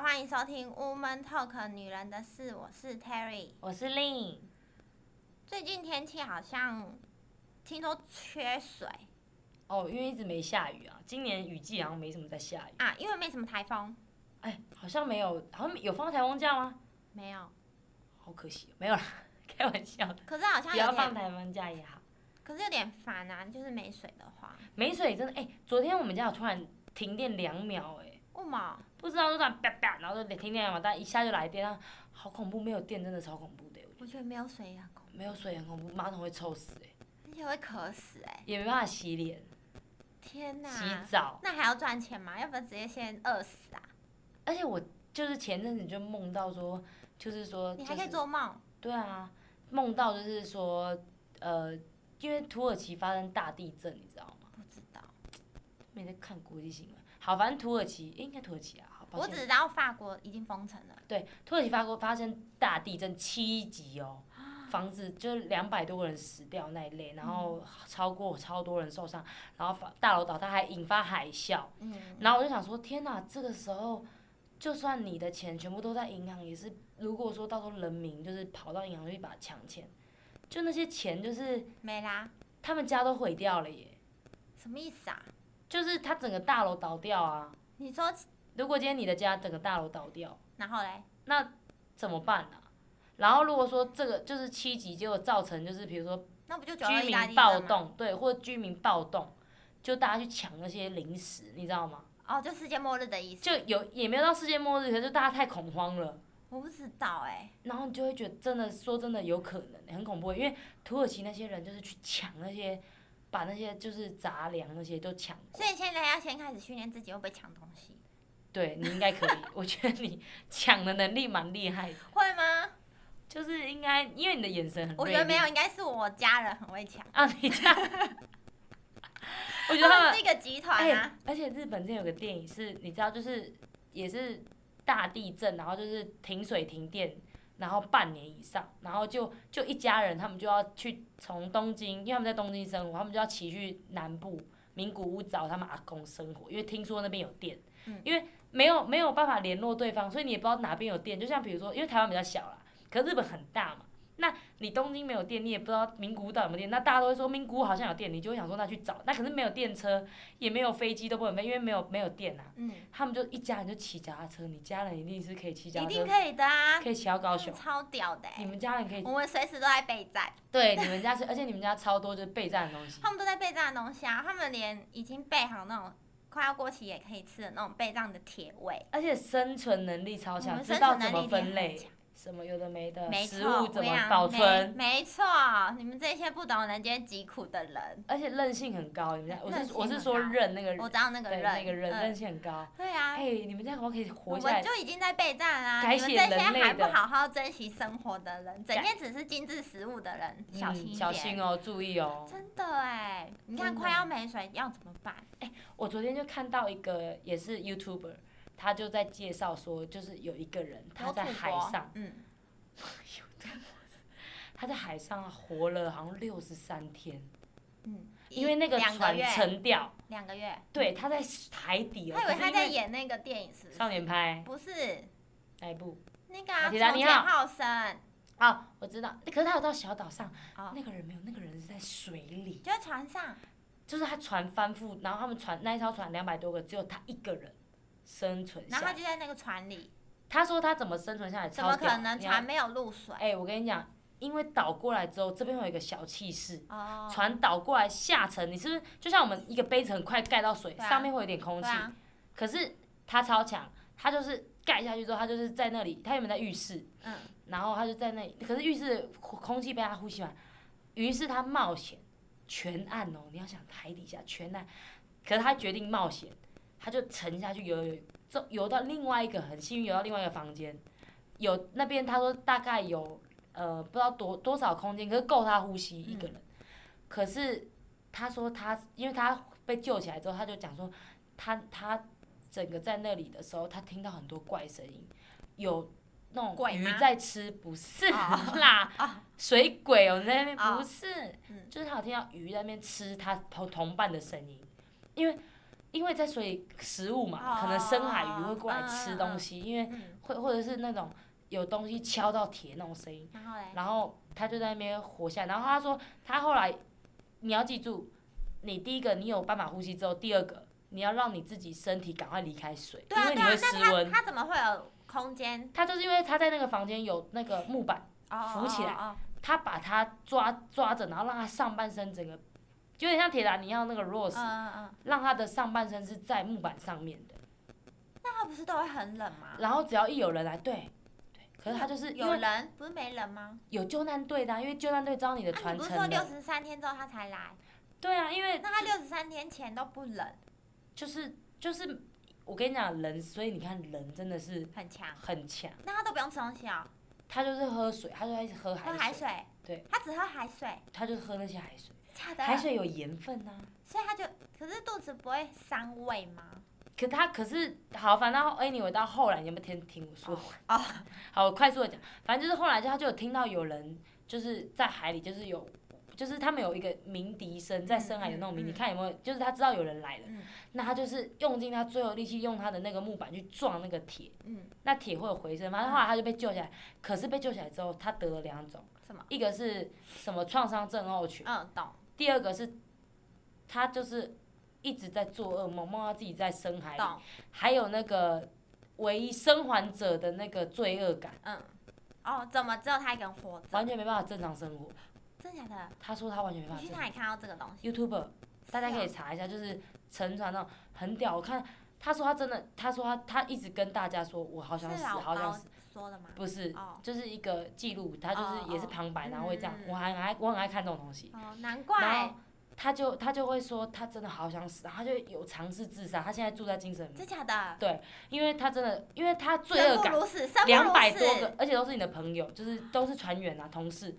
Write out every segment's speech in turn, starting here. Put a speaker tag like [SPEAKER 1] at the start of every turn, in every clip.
[SPEAKER 1] 欢迎收听《Woman Talk》女人的事，我是 Terry。
[SPEAKER 2] 我是令，
[SPEAKER 1] 最近天气好像听说缺水
[SPEAKER 2] 哦，因为一直没下雨啊，今年雨季好像没什么在下雨，
[SPEAKER 1] 啊，因为没什么台风，
[SPEAKER 2] 哎，好像没有，好像有放台风假吗？
[SPEAKER 1] 没有。
[SPEAKER 2] 好可惜哦，没有啦， 开玩笑的，
[SPEAKER 1] 可是好像
[SPEAKER 2] 不
[SPEAKER 1] 有
[SPEAKER 2] 要放
[SPEAKER 1] 点，
[SPEAKER 2] 台风假也好。
[SPEAKER 1] 可是有点烦啊，就是没水的话，
[SPEAKER 2] 没水真的，哎，昨天我们家有突然停电两秒，哎，
[SPEAKER 1] 为毛？
[SPEAKER 2] 不知道就突然啪啪，然后就停电两秒，但一下就来电，然后好恐怖，没有电真的超恐怖的，哎
[SPEAKER 1] 我觉得没有水也很恐
[SPEAKER 2] 没有水很恐怖，马桶会臭死，哎，
[SPEAKER 1] 怖，而且会渴死哎、
[SPEAKER 2] 也没办法洗脸、
[SPEAKER 1] 天哪！
[SPEAKER 2] 洗澡，
[SPEAKER 1] 那还要赚钱吗？要不要直接先饿死啊？
[SPEAKER 2] 而且我就是前阵子就梦到说，哦就是说，
[SPEAKER 1] 你还可以做梦，
[SPEAKER 2] 对啊，梦到就是说，呃，因为土耳其发生大地震，你知道吗？
[SPEAKER 1] 不知道。
[SPEAKER 2] 没在看国际新闻。好，反正土耳其、诶应该土耳其啊，好，抱
[SPEAKER 1] 我只
[SPEAKER 2] 歉。
[SPEAKER 1] 知道法国已经封城了，
[SPEAKER 2] 对，土耳其发过发生大地震七级哦，房子就是两百多个人死掉那一类，然后
[SPEAKER 1] 嗯
[SPEAKER 2] 超过超多人受伤，然后发大楼倒塌还引发海啸，
[SPEAKER 1] 嗯，
[SPEAKER 2] 然后我就想说，天哪，这个时候就算你的钱全部都在银行，也是如果说到时候人民就是跑到银行去把抢钱，就那些钱就是
[SPEAKER 1] 没啦，
[SPEAKER 2] 他们家都毁掉了耶，
[SPEAKER 1] 什么意思啊？
[SPEAKER 2] 就是他整个大楼倒掉啊。
[SPEAKER 1] 你说，
[SPEAKER 2] 如果今天你的家整个大楼倒掉，
[SPEAKER 1] 然后嘞，
[SPEAKER 2] 怎么办啊？然后如果说这个就是七级，结果造成就是比如说
[SPEAKER 1] 那不就九二
[SPEAKER 2] 居
[SPEAKER 1] 一大
[SPEAKER 2] 民
[SPEAKER 1] 地
[SPEAKER 2] 暴
[SPEAKER 1] 震吗？
[SPEAKER 2] 动，对，或者居民暴动，就大家去抢那些零食，你知道吗？
[SPEAKER 1] 哦，就世界末日的意思。
[SPEAKER 2] 就有也没有到世界末日，可是大家太恐慌了。
[SPEAKER 1] 我不知道哎、
[SPEAKER 2] 然后你就会觉得真的说真的有可能很恐怖，因为土耳其那些人就是去抢那些，把那些就是杂粮那些都抢过
[SPEAKER 1] 所。以现在要先开始训练自己会不会抢东西，
[SPEAKER 2] 对你应该可以，我觉得你抢的能力蛮厉害的，
[SPEAKER 1] 会吗？
[SPEAKER 2] 就是应该因为你的眼神很锐利。
[SPEAKER 1] 我觉得没有，应该是我家人很会抢。
[SPEAKER 2] 啊，你这样， 我
[SPEAKER 1] 我
[SPEAKER 2] 觉得他 们
[SPEAKER 1] 是一个集团
[SPEAKER 2] 哎、
[SPEAKER 1] 啊，
[SPEAKER 2] 而且日本之前有个电影是，你知道，就是也是大地震，然后就是停水停电，然后半年以上，然后就就一家人他们就要去从东京，因为他们在东京生活，他们就要骑去南部名古屋找他们阿公生活，因为听说那边有电，
[SPEAKER 1] 嗯
[SPEAKER 2] 因为没有没有办法联络对方，所以你也不知道哪边有电。就像比如说，因为台湾比较小啦，可日本很大嘛。那你东京没有电，你也不知道名古屋到底有没有电。那大家都会说名古屋好像有电，你就会想说那去找。那可是没有电车，也没有飞机都不能飞，因为没有没有电啊。
[SPEAKER 1] 嗯，
[SPEAKER 2] 他们就一家人就骑脚踏车，你家人一定是可以骑脚
[SPEAKER 1] 一
[SPEAKER 2] 踏
[SPEAKER 1] 定
[SPEAKER 2] 车，
[SPEAKER 1] 可以的啊，
[SPEAKER 2] 可以骑到高
[SPEAKER 1] 真
[SPEAKER 2] 雄
[SPEAKER 1] 的。超屌的、
[SPEAKER 2] 你
[SPEAKER 1] 欸。
[SPEAKER 2] 们家人可以
[SPEAKER 1] 我们随时都在备战，
[SPEAKER 2] 对你们家是，而且你们家超多就是备战 的东西。
[SPEAKER 1] 他们都在备战的东西啊，他们连已经备好那种快要过期也可以吃的那种备战的铁胃，
[SPEAKER 2] 而且生存能力超
[SPEAKER 1] 我
[SPEAKER 2] 强，
[SPEAKER 1] 们
[SPEAKER 2] 知
[SPEAKER 1] 生
[SPEAKER 2] 道
[SPEAKER 1] 存
[SPEAKER 2] 怎
[SPEAKER 1] 能力
[SPEAKER 2] 么
[SPEAKER 1] 一定
[SPEAKER 2] 分
[SPEAKER 1] 很
[SPEAKER 2] 类
[SPEAKER 1] 强，
[SPEAKER 2] 什么有的没的，
[SPEAKER 1] 没
[SPEAKER 2] 呃食
[SPEAKER 1] 错，
[SPEAKER 2] 物
[SPEAKER 1] 我
[SPEAKER 2] 怎
[SPEAKER 1] 跟你
[SPEAKER 2] 么
[SPEAKER 1] 讲
[SPEAKER 2] 保
[SPEAKER 1] 没
[SPEAKER 2] 存，
[SPEAKER 1] 没错，你们这些不懂人间疾苦的人，
[SPEAKER 2] 而且韧性很高。你们家我
[SPEAKER 1] 韧
[SPEAKER 2] 是
[SPEAKER 1] 性
[SPEAKER 2] 我是
[SPEAKER 1] 很
[SPEAKER 2] 说
[SPEAKER 1] 高
[SPEAKER 2] 韧那个
[SPEAKER 1] 我知道那个
[SPEAKER 2] 呃对
[SPEAKER 1] 人，
[SPEAKER 2] 那个韧
[SPEAKER 1] 嗯
[SPEAKER 2] 韧性很高。
[SPEAKER 1] 对啊，
[SPEAKER 2] 哎，你们家可不可以
[SPEAKER 1] 我
[SPEAKER 2] 活下
[SPEAKER 1] 们
[SPEAKER 2] 来？
[SPEAKER 1] 就已经在备战啦、
[SPEAKER 2] 改
[SPEAKER 1] 你们
[SPEAKER 2] 写
[SPEAKER 1] 这些
[SPEAKER 2] 人类
[SPEAKER 1] 还不
[SPEAKER 2] 的
[SPEAKER 1] 好好珍惜生活的人，整
[SPEAKER 2] 改
[SPEAKER 1] 天只是精致食物的人，小
[SPEAKER 2] 嗯
[SPEAKER 1] 心一点。
[SPEAKER 2] 小心哦，注意哦。
[SPEAKER 1] 真的哎，你看
[SPEAKER 2] 真的
[SPEAKER 1] 快要没水要怎么办？
[SPEAKER 2] 我昨天就看到一个也是 YouTuber，他就在介绍说，就是有一个人他在海上，，
[SPEAKER 1] 嗯，
[SPEAKER 2] 他在海上活了好像六十三天，
[SPEAKER 1] 嗯一
[SPEAKER 2] 因为那个
[SPEAKER 1] 两个
[SPEAKER 2] 船
[SPEAKER 1] 月，
[SPEAKER 2] 沉掉，
[SPEAKER 1] 两个月，
[SPEAKER 2] 对，他在海底哦，
[SPEAKER 1] 他以为
[SPEAKER 2] 可是
[SPEAKER 1] 他
[SPEAKER 2] 因
[SPEAKER 1] 在演那个电影是不
[SPEAKER 2] 少
[SPEAKER 1] 是？
[SPEAKER 2] 年派
[SPEAKER 1] 不是
[SPEAKER 2] 那一部
[SPEAKER 1] 那个啊，
[SPEAKER 2] 铁达
[SPEAKER 1] 从
[SPEAKER 2] 尼
[SPEAKER 1] 前
[SPEAKER 2] 号
[SPEAKER 1] 浩生，
[SPEAKER 2] 啊，我知道，可是他有到小岛上，
[SPEAKER 1] 哦
[SPEAKER 2] 那个人没有，那个人是在水里，
[SPEAKER 1] 就在船上，
[SPEAKER 2] 就是他船翻覆，然后他们船那一艘船两百多个，只有他一个人生存
[SPEAKER 1] 然
[SPEAKER 2] 下
[SPEAKER 1] 后他
[SPEAKER 2] 来。
[SPEAKER 1] 就在那个船里，
[SPEAKER 2] 他说他怎么生存下来，
[SPEAKER 1] 怎
[SPEAKER 2] 超
[SPEAKER 1] 么可
[SPEAKER 2] 屌
[SPEAKER 1] 能
[SPEAKER 2] 你要
[SPEAKER 1] 船没有入水？
[SPEAKER 2] 哎、我跟你讲，因为倒过来之后，这边会有一个小气室，
[SPEAKER 1] 哦，
[SPEAKER 2] 船倒过来下沉，你是不是就像我们一个杯子很快盖到水，
[SPEAKER 1] 对啊
[SPEAKER 2] 上面会有点空
[SPEAKER 1] 对
[SPEAKER 2] 气？
[SPEAKER 1] 啊，
[SPEAKER 2] 可是他超强，他就是盖下去之后，他就是在那里，他原本在浴室，
[SPEAKER 1] 嗯，
[SPEAKER 2] 然后他就在那里，可是浴室的空空气被他呼吸完，于是他冒险，全暗哦，你要想海底下全暗，可是他决定冒险，他就沉下去游游游，这游到另外一个很幸运游到另外一个房间，有那边他说大概有呃不知道多多少空间，可是够他呼吸一个人，可是他说他因为他被救起来之后，他就讲说他他整个在那里的时候，他听到很多怪声音，有那种
[SPEAKER 1] 鬼
[SPEAKER 2] 鱼
[SPEAKER 1] 吗
[SPEAKER 2] 在吃，不是
[SPEAKER 1] 哦
[SPEAKER 2] 啦，水鬼哦，在那边
[SPEAKER 1] 哦
[SPEAKER 2] 不是，
[SPEAKER 1] 嗯
[SPEAKER 2] 就是他有听到鱼在那边吃他同同伴的声音，因为因为在水食物嘛，可能深海鱼会过来吃东西，因为
[SPEAKER 1] 哦嗯，
[SPEAKER 2] 会或者是那种有东西敲到铁那种声音，
[SPEAKER 1] 然后嘞，
[SPEAKER 2] 然后他就在那边活下来。然后他说，他后来你要记住，你第一个你有办法呼吸之后，第二个你要让你自己身体赶快离开水，
[SPEAKER 1] 对
[SPEAKER 2] 因
[SPEAKER 1] 啊
[SPEAKER 2] 为
[SPEAKER 1] 对
[SPEAKER 2] 你
[SPEAKER 1] 啊
[SPEAKER 2] 会，
[SPEAKER 1] 那
[SPEAKER 2] 失
[SPEAKER 1] 他
[SPEAKER 2] 温。
[SPEAKER 1] 他怎么会有空间
[SPEAKER 2] 他就是因为他在那个房间有那个木板，
[SPEAKER 1] 哦
[SPEAKER 2] 浮起来
[SPEAKER 1] 哦哦
[SPEAKER 2] 他把他抓抓着，然后让他上半身整个就有点像铁达尼号那个
[SPEAKER 1] 哦
[SPEAKER 2] Rose，、
[SPEAKER 1] 嗯嗯嗯，
[SPEAKER 2] 让他的上半身是在木板上面的。
[SPEAKER 1] 那他不是都会很冷吗？
[SPEAKER 2] 然后只要一有人来，对对，可是他就是因
[SPEAKER 1] 有
[SPEAKER 2] 为
[SPEAKER 1] 人不是没人吗？
[SPEAKER 2] 有救难队的啊、因为救难队知道你的
[SPEAKER 1] 啊，你
[SPEAKER 2] 传
[SPEAKER 1] 不
[SPEAKER 2] 承
[SPEAKER 1] 是说
[SPEAKER 2] 的
[SPEAKER 1] 六十三天之后他才来？
[SPEAKER 2] 对啊，因为
[SPEAKER 1] 那他六十三天前都不冷，
[SPEAKER 2] 就是就是我跟你讲人，所以你看人真的是
[SPEAKER 1] 很强。
[SPEAKER 2] 很强，
[SPEAKER 1] 那他都不用吃东西哦，
[SPEAKER 2] 他就是喝水，他就在喝海
[SPEAKER 1] 喝
[SPEAKER 2] 水，
[SPEAKER 1] 海水。
[SPEAKER 2] 对，
[SPEAKER 1] 他只喝海水，
[SPEAKER 2] 他就是喝那些海水，
[SPEAKER 1] 假的。
[SPEAKER 2] 海水有盐分啊。
[SPEAKER 1] 所以他就，可是肚子不会伤胃吗？
[SPEAKER 2] 可他可是好，反正 anyway 到后来，你有没有听听我说
[SPEAKER 1] 哦
[SPEAKER 2] 完？ 好，我快速的讲，反正就是后来就他就有听到有人就是在海里，就是有，就是他们有一个鸣笛声，在深海有那种鸣笛，
[SPEAKER 1] 嗯嗯嗯
[SPEAKER 2] 看有没有，就是他知道有人来了，
[SPEAKER 1] 嗯
[SPEAKER 2] 那他就是用尽他最后力气，用他的那个木板去撞那个铁，
[SPEAKER 1] 嗯，
[SPEAKER 2] 那铁会有回声，反正后来他就被救起来。可是被救起来之后，他得了两种，
[SPEAKER 1] 什么？
[SPEAKER 2] 一个是什么创伤症候群，
[SPEAKER 1] 嗯，懂
[SPEAKER 2] 第二个是他就是一直在做噩梦，梦到自己在深海里，
[SPEAKER 1] 懂，
[SPEAKER 2] 还有那个唯一生还者的那个罪恶感，
[SPEAKER 1] 嗯。哦，怎么只有他一个人活着
[SPEAKER 2] 完？全没办法正常生活。
[SPEAKER 1] 真假的？
[SPEAKER 2] 他说他完全没办
[SPEAKER 1] 你
[SPEAKER 2] 法
[SPEAKER 1] 去
[SPEAKER 2] 正
[SPEAKER 1] 哪
[SPEAKER 2] 常。
[SPEAKER 1] 里看到这个东西？
[SPEAKER 2] YouTuber，大家可以
[SPEAKER 1] 是啊
[SPEAKER 2] 查一下，就是沉船那种很屌。我看他说他真的，他说他他一直跟大家说，我好
[SPEAKER 1] 哦
[SPEAKER 2] 想
[SPEAKER 1] 是
[SPEAKER 2] 死，
[SPEAKER 1] 老
[SPEAKER 2] 好想
[SPEAKER 1] 包
[SPEAKER 2] 死，
[SPEAKER 1] 说的吗？
[SPEAKER 2] 不是，
[SPEAKER 1] 哦
[SPEAKER 2] 就是一个记录，他就是也是旁
[SPEAKER 1] 哦
[SPEAKER 2] 白，然后会这样
[SPEAKER 1] 嗯。嗯嗯
[SPEAKER 2] 我还很爱，我很爱看这种东西。
[SPEAKER 1] 哦，难
[SPEAKER 2] 然
[SPEAKER 1] 怪
[SPEAKER 2] 后，他就他就会说，他真的好想死，然后他就有尝试自杀。他现在住在精神病，
[SPEAKER 1] 真假的？
[SPEAKER 2] 因为他真的，因为他罪
[SPEAKER 1] 生
[SPEAKER 2] 恶
[SPEAKER 1] 不
[SPEAKER 2] 感
[SPEAKER 1] 如死，生不
[SPEAKER 2] 两百
[SPEAKER 1] 如
[SPEAKER 2] 多
[SPEAKER 1] 死。
[SPEAKER 2] 个，而且都是你的朋友，就是都是船员啊同事，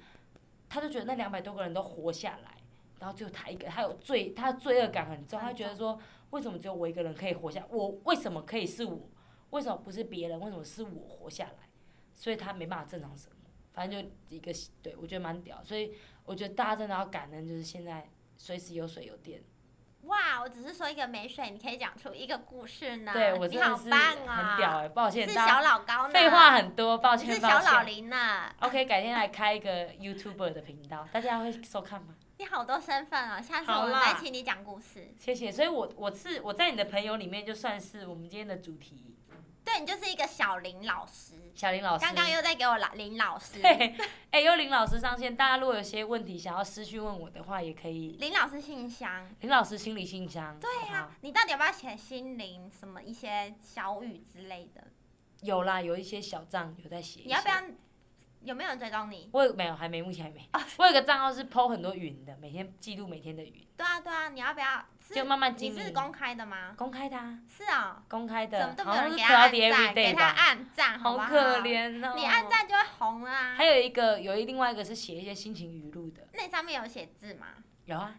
[SPEAKER 2] 他就觉得那两百多个人都活下来，然后只有他一个，他有罪，他的罪恶感很
[SPEAKER 1] 很重
[SPEAKER 2] 重，他觉得说为什么只有我一个人可以活下，我为什么可以是我，为什么不是别人，为什么是我活下来，所以他没办法正常生活，反正就一个对我觉得蛮屌，所以我觉得大家真的要感恩，就是现在随时有水有电，
[SPEAKER 1] 哇，我只是说一个没水，你可以讲出一个故事呢。
[SPEAKER 2] 对我
[SPEAKER 1] 你
[SPEAKER 2] 真的
[SPEAKER 1] 好
[SPEAKER 2] 是
[SPEAKER 1] 棒
[SPEAKER 2] 很屌
[SPEAKER 1] 啊！
[SPEAKER 2] 哎、抱
[SPEAKER 1] 你
[SPEAKER 2] 歉
[SPEAKER 1] 是
[SPEAKER 2] 大
[SPEAKER 1] 小老高
[SPEAKER 2] 家
[SPEAKER 1] 呢，
[SPEAKER 2] 废话很多，抱
[SPEAKER 1] 你
[SPEAKER 2] 歉
[SPEAKER 1] 是
[SPEAKER 2] 抱
[SPEAKER 1] 小
[SPEAKER 2] 歉
[SPEAKER 1] 老。林呢。
[SPEAKER 2] OK，改天来开一个 YouTuber 的频道，大家会收看吗？
[SPEAKER 1] 你好多身份啊、下次
[SPEAKER 2] 好
[SPEAKER 1] 我们
[SPEAKER 2] 啦
[SPEAKER 1] 再请你讲故事。
[SPEAKER 2] 谢谢。所以我我是我在你的朋友里面就算是我们今天的主题，
[SPEAKER 1] 对你就是一个小林老师，
[SPEAKER 2] 小林老师。
[SPEAKER 1] 刚刚又在给我老林老师，
[SPEAKER 2] 对，哎、幽林老师上线，大家如果有些问题想要私讯问我的话，也可以。
[SPEAKER 1] 林老师信箱。
[SPEAKER 2] 林老师心理信箱，对
[SPEAKER 1] 对啊，你到底要不要写心灵什么一些小语之类的？
[SPEAKER 2] 有啦，有一些小账有在写。
[SPEAKER 1] 你要不要？？有没有人追踪你？
[SPEAKER 2] 我有没有，还没，目前还没。
[SPEAKER 1] 哦
[SPEAKER 2] 我有个账号是 PO 很多云的，每天记录每天的云，
[SPEAKER 1] 对啊对啊，你要不要？
[SPEAKER 2] 就是慢慢
[SPEAKER 1] 你
[SPEAKER 2] 经
[SPEAKER 1] 是
[SPEAKER 2] 营。
[SPEAKER 1] 公开的吗？
[SPEAKER 2] 公开的、啊，
[SPEAKER 1] 是啊、
[SPEAKER 2] 公开
[SPEAKER 1] 怎么
[SPEAKER 2] 的，
[SPEAKER 1] 都
[SPEAKER 2] 好
[SPEAKER 1] 没有人
[SPEAKER 2] 像是
[SPEAKER 1] 给他按赞，给
[SPEAKER 2] Cloudy Everyday
[SPEAKER 1] 他
[SPEAKER 2] 吧，
[SPEAKER 1] 按赞，好
[SPEAKER 2] 好
[SPEAKER 1] 不好
[SPEAKER 2] 可怜哦。
[SPEAKER 1] 你按赞就会红啦、
[SPEAKER 2] 还有一个有一另外一个是写一些心情语录的，
[SPEAKER 1] 那你上面有写字吗？
[SPEAKER 2] 有啊。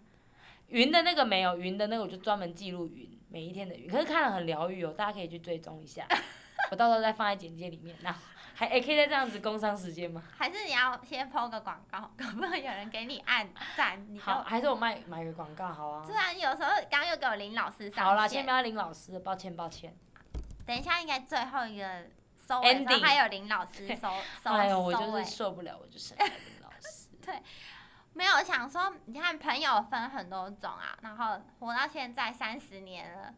[SPEAKER 2] 云的那个没有，云的那个我就专门记录云每一天的云，可是看了很疗愈哦，大家可以去追踪一下， 我到时候再放在简介里面。然后还也、可以再这样子工商时间吗？
[SPEAKER 1] 还是你要先 PO 个广告， 搞不好有人给你按赞，你就
[SPEAKER 2] 好， 还是我卖买个广告好啊
[SPEAKER 1] 虽。然有时候刚刚又给我林老师上线
[SPEAKER 2] 好啦，先不要林老师，抱歉抱歉。
[SPEAKER 1] 等一下应该最后一个收尾的时
[SPEAKER 2] Ending
[SPEAKER 1] 候还有林老师 收收
[SPEAKER 2] 哎呦，我
[SPEAKER 1] 收
[SPEAKER 2] 就
[SPEAKER 1] 尾
[SPEAKER 2] 是。受不了，我就是爱林老师。
[SPEAKER 1] 没有想说，你看朋友分很多种啊，然后活到现在三十年了，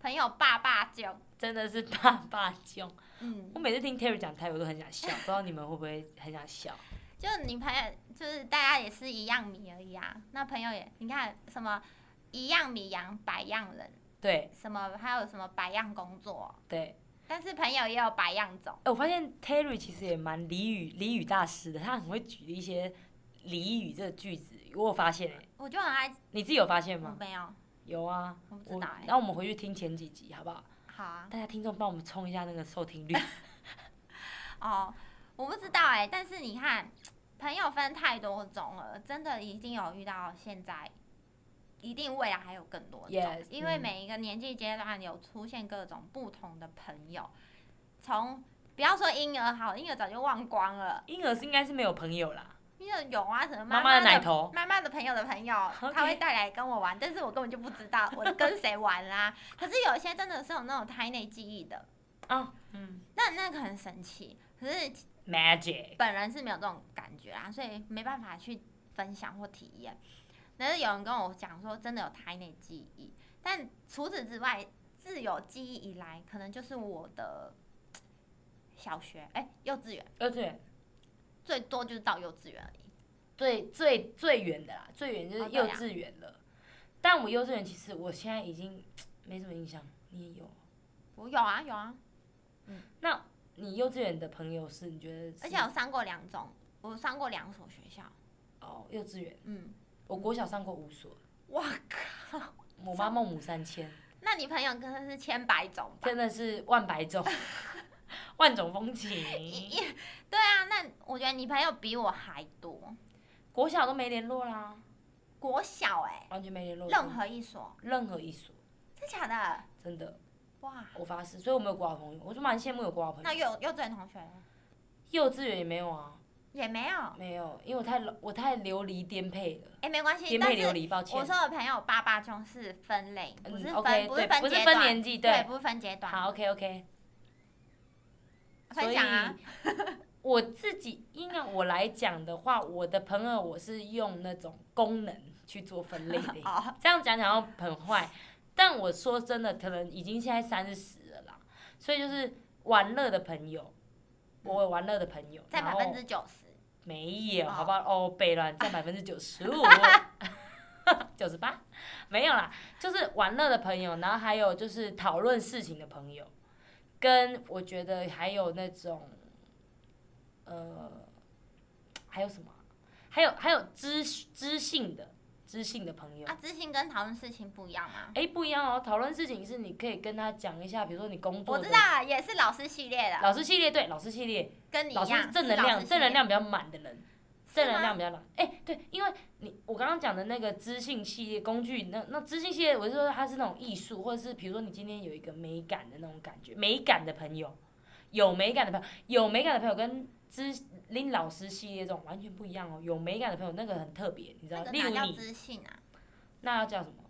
[SPEAKER 1] 朋友爸爸就
[SPEAKER 2] 真的是爸爸囧，
[SPEAKER 1] 嗯，
[SPEAKER 2] 我每次听 Terry 讲台语我都很想笑，不知道你们会不会很想笑？
[SPEAKER 1] 就是你朋友就是大家也是一样米而已啊。那朋友也你看什么一样米养百样人，
[SPEAKER 2] 对
[SPEAKER 1] 什么还有什么百样工作，
[SPEAKER 2] 对，
[SPEAKER 1] 但是朋友也有百样种。
[SPEAKER 2] 哎、我发现 Terry 其实也蛮俚语俚语大师的，他很会举例一些俚语这个句子。我有发现、欸，
[SPEAKER 1] 我就很爱，
[SPEAKER 2] 你自己有发现
[SPEAKER 1] 我
[SPEAKER 2] 吗？
[SPEAKER 1] 没有，
[SPEAKER 2] 有啊，
[SPEAKER 1] 我不知
[SPEAKER 2] 嗯我
[SPEAKER 1] 道哎、
[SPEAKER 2] 那我们回去听前几集好不好？
[SPEAKER 1] 好啊，
[SPEAKER 2] 大家听众帮我们冲一下那个收 听率。
[SPEAKER 1] 哦，我不知道哎、但是你看，朋友分太多种了，真的已经有遇到现在，一定未来还有更多种
[SPEAKER 2] Yes，
[SPEAKER 1] 因为
[SPEAKER 2] 嗯
[SPEAKER 1] 每一个年纪阶段有出现各种不同的朋友，从不要说婴儿好，婴儿早就忘光了，
[SPEAKER 2] 婴儿是应该是没有朋友啦，
[SPEAKER 1] 因为有啊，什么
[SPEAKER 2] 妈
[SPEAKER 1] 妈
[SPEAKER 2] 妈的奶头，
[SPEAKER 1] 妈妈的朋友的朋友
[SPEAKER 2] OK
[SPEAKER 1] 他会带来跟我玩，但是我根本就不知道我跟谁玩啦、可是有一些真的是有那种胎内记忆的，
[SPEAKER 2] 啊，嗯
[SPEAKER 1] 那那个很神奇，可是
[SPEAKER 2] ，magic，
[SPEAKER 1] 本人是没有这种感觉啊，所以没办法去分享或体验。但是有人跟我讲说，真的有胎内记忆，但除此之外，自有记忆以来，可能就是我的嘖小学哎、幼稚园，
[SPEAKER 2] 呃对，
[SPEAKER 1] 最多就是到幼稚园而已。
[SPEAKER 2] 最最最远的啦，最远就
[SPEAKER 1] 哦
[SPEAKER 2] 是
[SPEAKER 1] 对
[SPEAKER 2] 幼
[SPEAKER 1] 啊
[SPEAKER 2] 稚园了。但我幼稚园其实我现在已经没什么印象，你也有。
[SPEAKER 1] 我有啊有啊，
[SPEAKER 2] 那你幼稚园的朋友是你觉得是？
[SPEAKER 1] 而且我上过两种，我上过两所学校。
[SPEAKER 2] 哦，幼稚园，
[SPEAKER 1] 嗯，
[SPEAKER 2] 我国小上过五所，
[SPEAKER 1] 哇，
[SPEAKER 2] 我妈孟母三迁，
[SPEAKER 1] 那你朋友真的是千百种吧？
[SPEAKER 2] 真的是万百种， 万种风情。
[SPEAKER 1] 对啊，那我觉得你朋友比我还多。
[SPEAKER 2] 国小都没联络啦，
[SPEAKER 1] 国小哎、
[SPEAKER 2] 完全没联络，
[SPEAKER 1] 任何一所，
[SPEAKER 2] 任何一所，
[SPEAKER 1] 真假的？
[SPEAKER 2] 真的，
[SPEAKER 1] 哇，
[SPEAKER 2] 我发誓。所以我没有国小朋友，我就蛮羡慕有国小朋
[SPEAKER 1] 那
[SPEAKER 2] 友。
[SPEAKER 1] 幼幼稚园同学呢
[SPEAKER 2] 幼稚园也没有啊，
[SPEAKER 1] 也没有，哎、
[SPEAKER 2] 没有，因为我太我太流离颠沛了，
[SPEAKER 1] 没关系，
[SPEAKER 2] 颠
[SPEAKER 1] 但
[SPEAKER 2] 沛流
[SPEAKER 1] 是
[SPEAKER 2] 离，抱歉
[SPEAKER 1] 我。说的朋友爸爸就是分类，不是分、
[SPEAKER 2] 嗯，OK，
[SPEAKER 1] 不是
[SPEAKER 2] 对
[SPEAKER 1] 分
[SPEAKER 2] 不是
[SPEAKER 1] 阶
[SPEAKER 2] 分
[SPEAKER 1] 段，
[SPEAKER 2] 年纪，
[SPEAKER 1] 对，
[SPEAKER 2] 对，
[SPEAKER 1] 不是分阶段，
[SPEAKER 2] 好，OK OK。所
[SPEAKER 1] 分
[SPEAKER 2] 以
[SPEAKER 1] 享啊，
[SPEAKER 2] 我自己应该我来讲的话，我的朋友我是用那种功能去做分类的。
[SPEAKER 1] 哦，
[SPEAKER 2] 这样讲讲要很坏，但我说真的，可能已经现在三十了啦，所以就是玩乐的朋友，我有玩乐的朋友，
[SPEAKER 1] 在
[SPEAKER 2] 然
[SPEAKER 1] 百
[SPEAKER 2] 后
[SPEAKER 1] 分之九十，
[SPEAKER 2] 没有，
[SPEAKER 1] 哦
[SPEAKER 2] 好不好？哦，北乱占百分之九十五， 九十八，没有啦，就是玩乐的朋友，然后还有就是讨论事情的朋友，跟我觉得还有那种，呃，还有什么啊？还有还有知知性的知性的朋友。
[SPEAKER 1] 啊，知性跟讨论事情不一样吗？
[SPEAKER 2] 哎、不一样哦！讨论事情是你可以跟他讲一下，比如说你工作
[SPEAKER 1] 我
[SPEAKER 2] 的
[SPEAKER 1] 知道，啊也是老师系列的，
[SPEAKER 2] 老师系列，对老师系列，
[SPEAKER 1] 跟你一
[SPEAKER 2] 老师
[SPEAKER 1] 样，
[SPEAKER 2] 是正
[SPEAKER 1] 是
[SPEAKER 2] 能
[SPEAKER 1] 老
[SPEAKER 2] 量
[SPEAKER 1] 师系
[SPEAKER 2] 正能
[SPEAKER 1] 列
[SPEAKER 2] 量比较满的人，
[SPEAKER 1] 是
[SPEAKER 2] 正能
[SPEAKER 1] 吗
[SPEAKER 2] 量比较难。哎、对，因为你我刚刚讲的那个知性系列工具，那那知性系列，我是说它是那种艺术，或者是比如说你今天有一个美感的那种感觉，美感的朋友，有美感的朋友，有美感的朋友跟知林老师系列这种完全不一样哦。有美感的朋友那个很特别，你知道
[SPEAKER 1] 那，个
[SPEAKER 2] 例如
[SPEAKER 1] 哪叫
[SPEAKER 2] 你
[SPEAKER 1] 知性啊？
[SPEAKER 2] 那要叫什么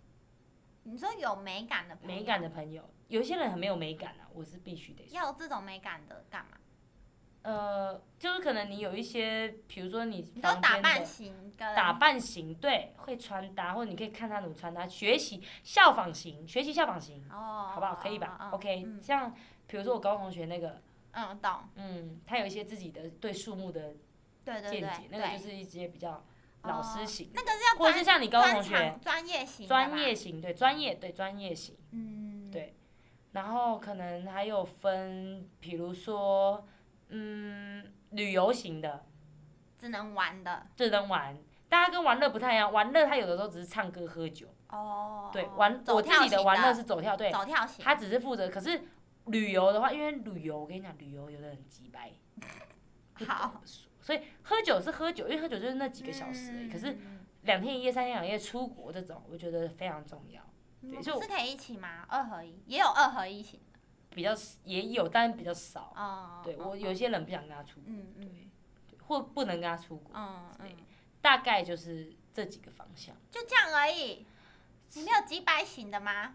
[SPEAKER 1] 你说有美感的朋友，
[SPEAKER 2] 美感的朋友？有些人很没有美感啊，我是必须得说。
[SPEAKER 1] 要有这种美感的干嘛？
[SPEAKER 2] 呃，就是可能你有一些，比如说你
[SPEAKER 1] 你
[SPEAKER 2] 房
[SPEAKER 1] 都
[SPEAKER 2] 间
[SPEAKER 1] 打
[SPEAKER 2] 的
[SPEAKER 1] 扮型跟
[SPEAKER 2] 打扮型，对，会穿搭，或者你可以看他怎么穿搭，学习效仿型，学习效仿型，
[SPEAKER 1] 哦，
[SPEAKER 2] 好不好？可以吧、
[SPEAKER 1] 嗯
[SPEAKER 2] o k
[SPEAKER 1] 嗯
[SPEAKER 2] 像比如说我高中同学那个，
[SPEAKER 1] 嗯，懂，
[SPEAKER 2] 嗯，他有一些自己的对树木的
[SPEAKER 1] 对对
[SPEAKER 2] 见
[SPEAKER 1] 对
[SPEAKER 2] 解，，那个就是一些比较老师型，
[SPEAKER 1] 那个是要
[SPEAKER 2] 或者是
[SPEAKER 1] 专
[SPEAKER 2] 像你高中同
[SPEAKER 1] 专
[SPEAKER 2] 学
[SPEAKER 1] 长专业型的吧
[SPEAKER 2] 专业，型，对，专业对专业型，
[SPEAKER 1] 嗯，
[SPEAKER 2] 对然后可能还有分，比如说，嗯，旅游型的，
[SPEAKER 1] 只能玩的
[SPEAKER 2] 智能玩。大家跟玩乐不太一样，玩乐他有的时候只是唱歌喝酒，
[SPEAKER 1] 哦。
[SPEAKER 2] 对，玩
[SPEAKER 1] 走
[SPEAKER 2] 我自
[SPEAKER 1] 跳
[SPEAKER 2] 己的
[SPEAKER 1] 型
[SPEAKER 2] 玩乐是走跳，对，
[SPEAKER 1] 走跳型，
[SPEAKER 2] 他只是负责，可是旅游的话，因为旅游我跟你讲，旅游有的很鸡掰，不懂
[SPEAKER 1] 好
[SPEAKER 2] 所以喝酒是喝酒，因为喝酒就是那几个小时而已。
[SPEAKER 1] 嗯
[SPEAKER 2] 可是两天一夜、三天两夜出国这种，我觉得非常重要，
[SPEAKER 1] 你
[SPEAKER 2] 对
[SPEAKER 1] 们嗯
[SPEAKER 2] 就
[SPEAKER 1] 不是可以一起吗？二合一也有二合一型的
[SPEAKER 2] 比较也有，但比较少。
[SPEAKER 1] 哦。
[SPEAKER 2] 对
[SPEAKER 1] 哦
[SPEAKER 2] 我，有些人不想跟他出国，
[SPEAKER 1] 嗯嗯
[SPEAKER 2] 对或不能跟他出国，
[SPEAKER 1] 嗯
[SPEAKER 2] 之类
[SPEAKER 1] 嗯，
[SPEAKER 2] 大概就是这几个方向。
[SPEAKER 1] 就这样而已。你没有几百型的吗？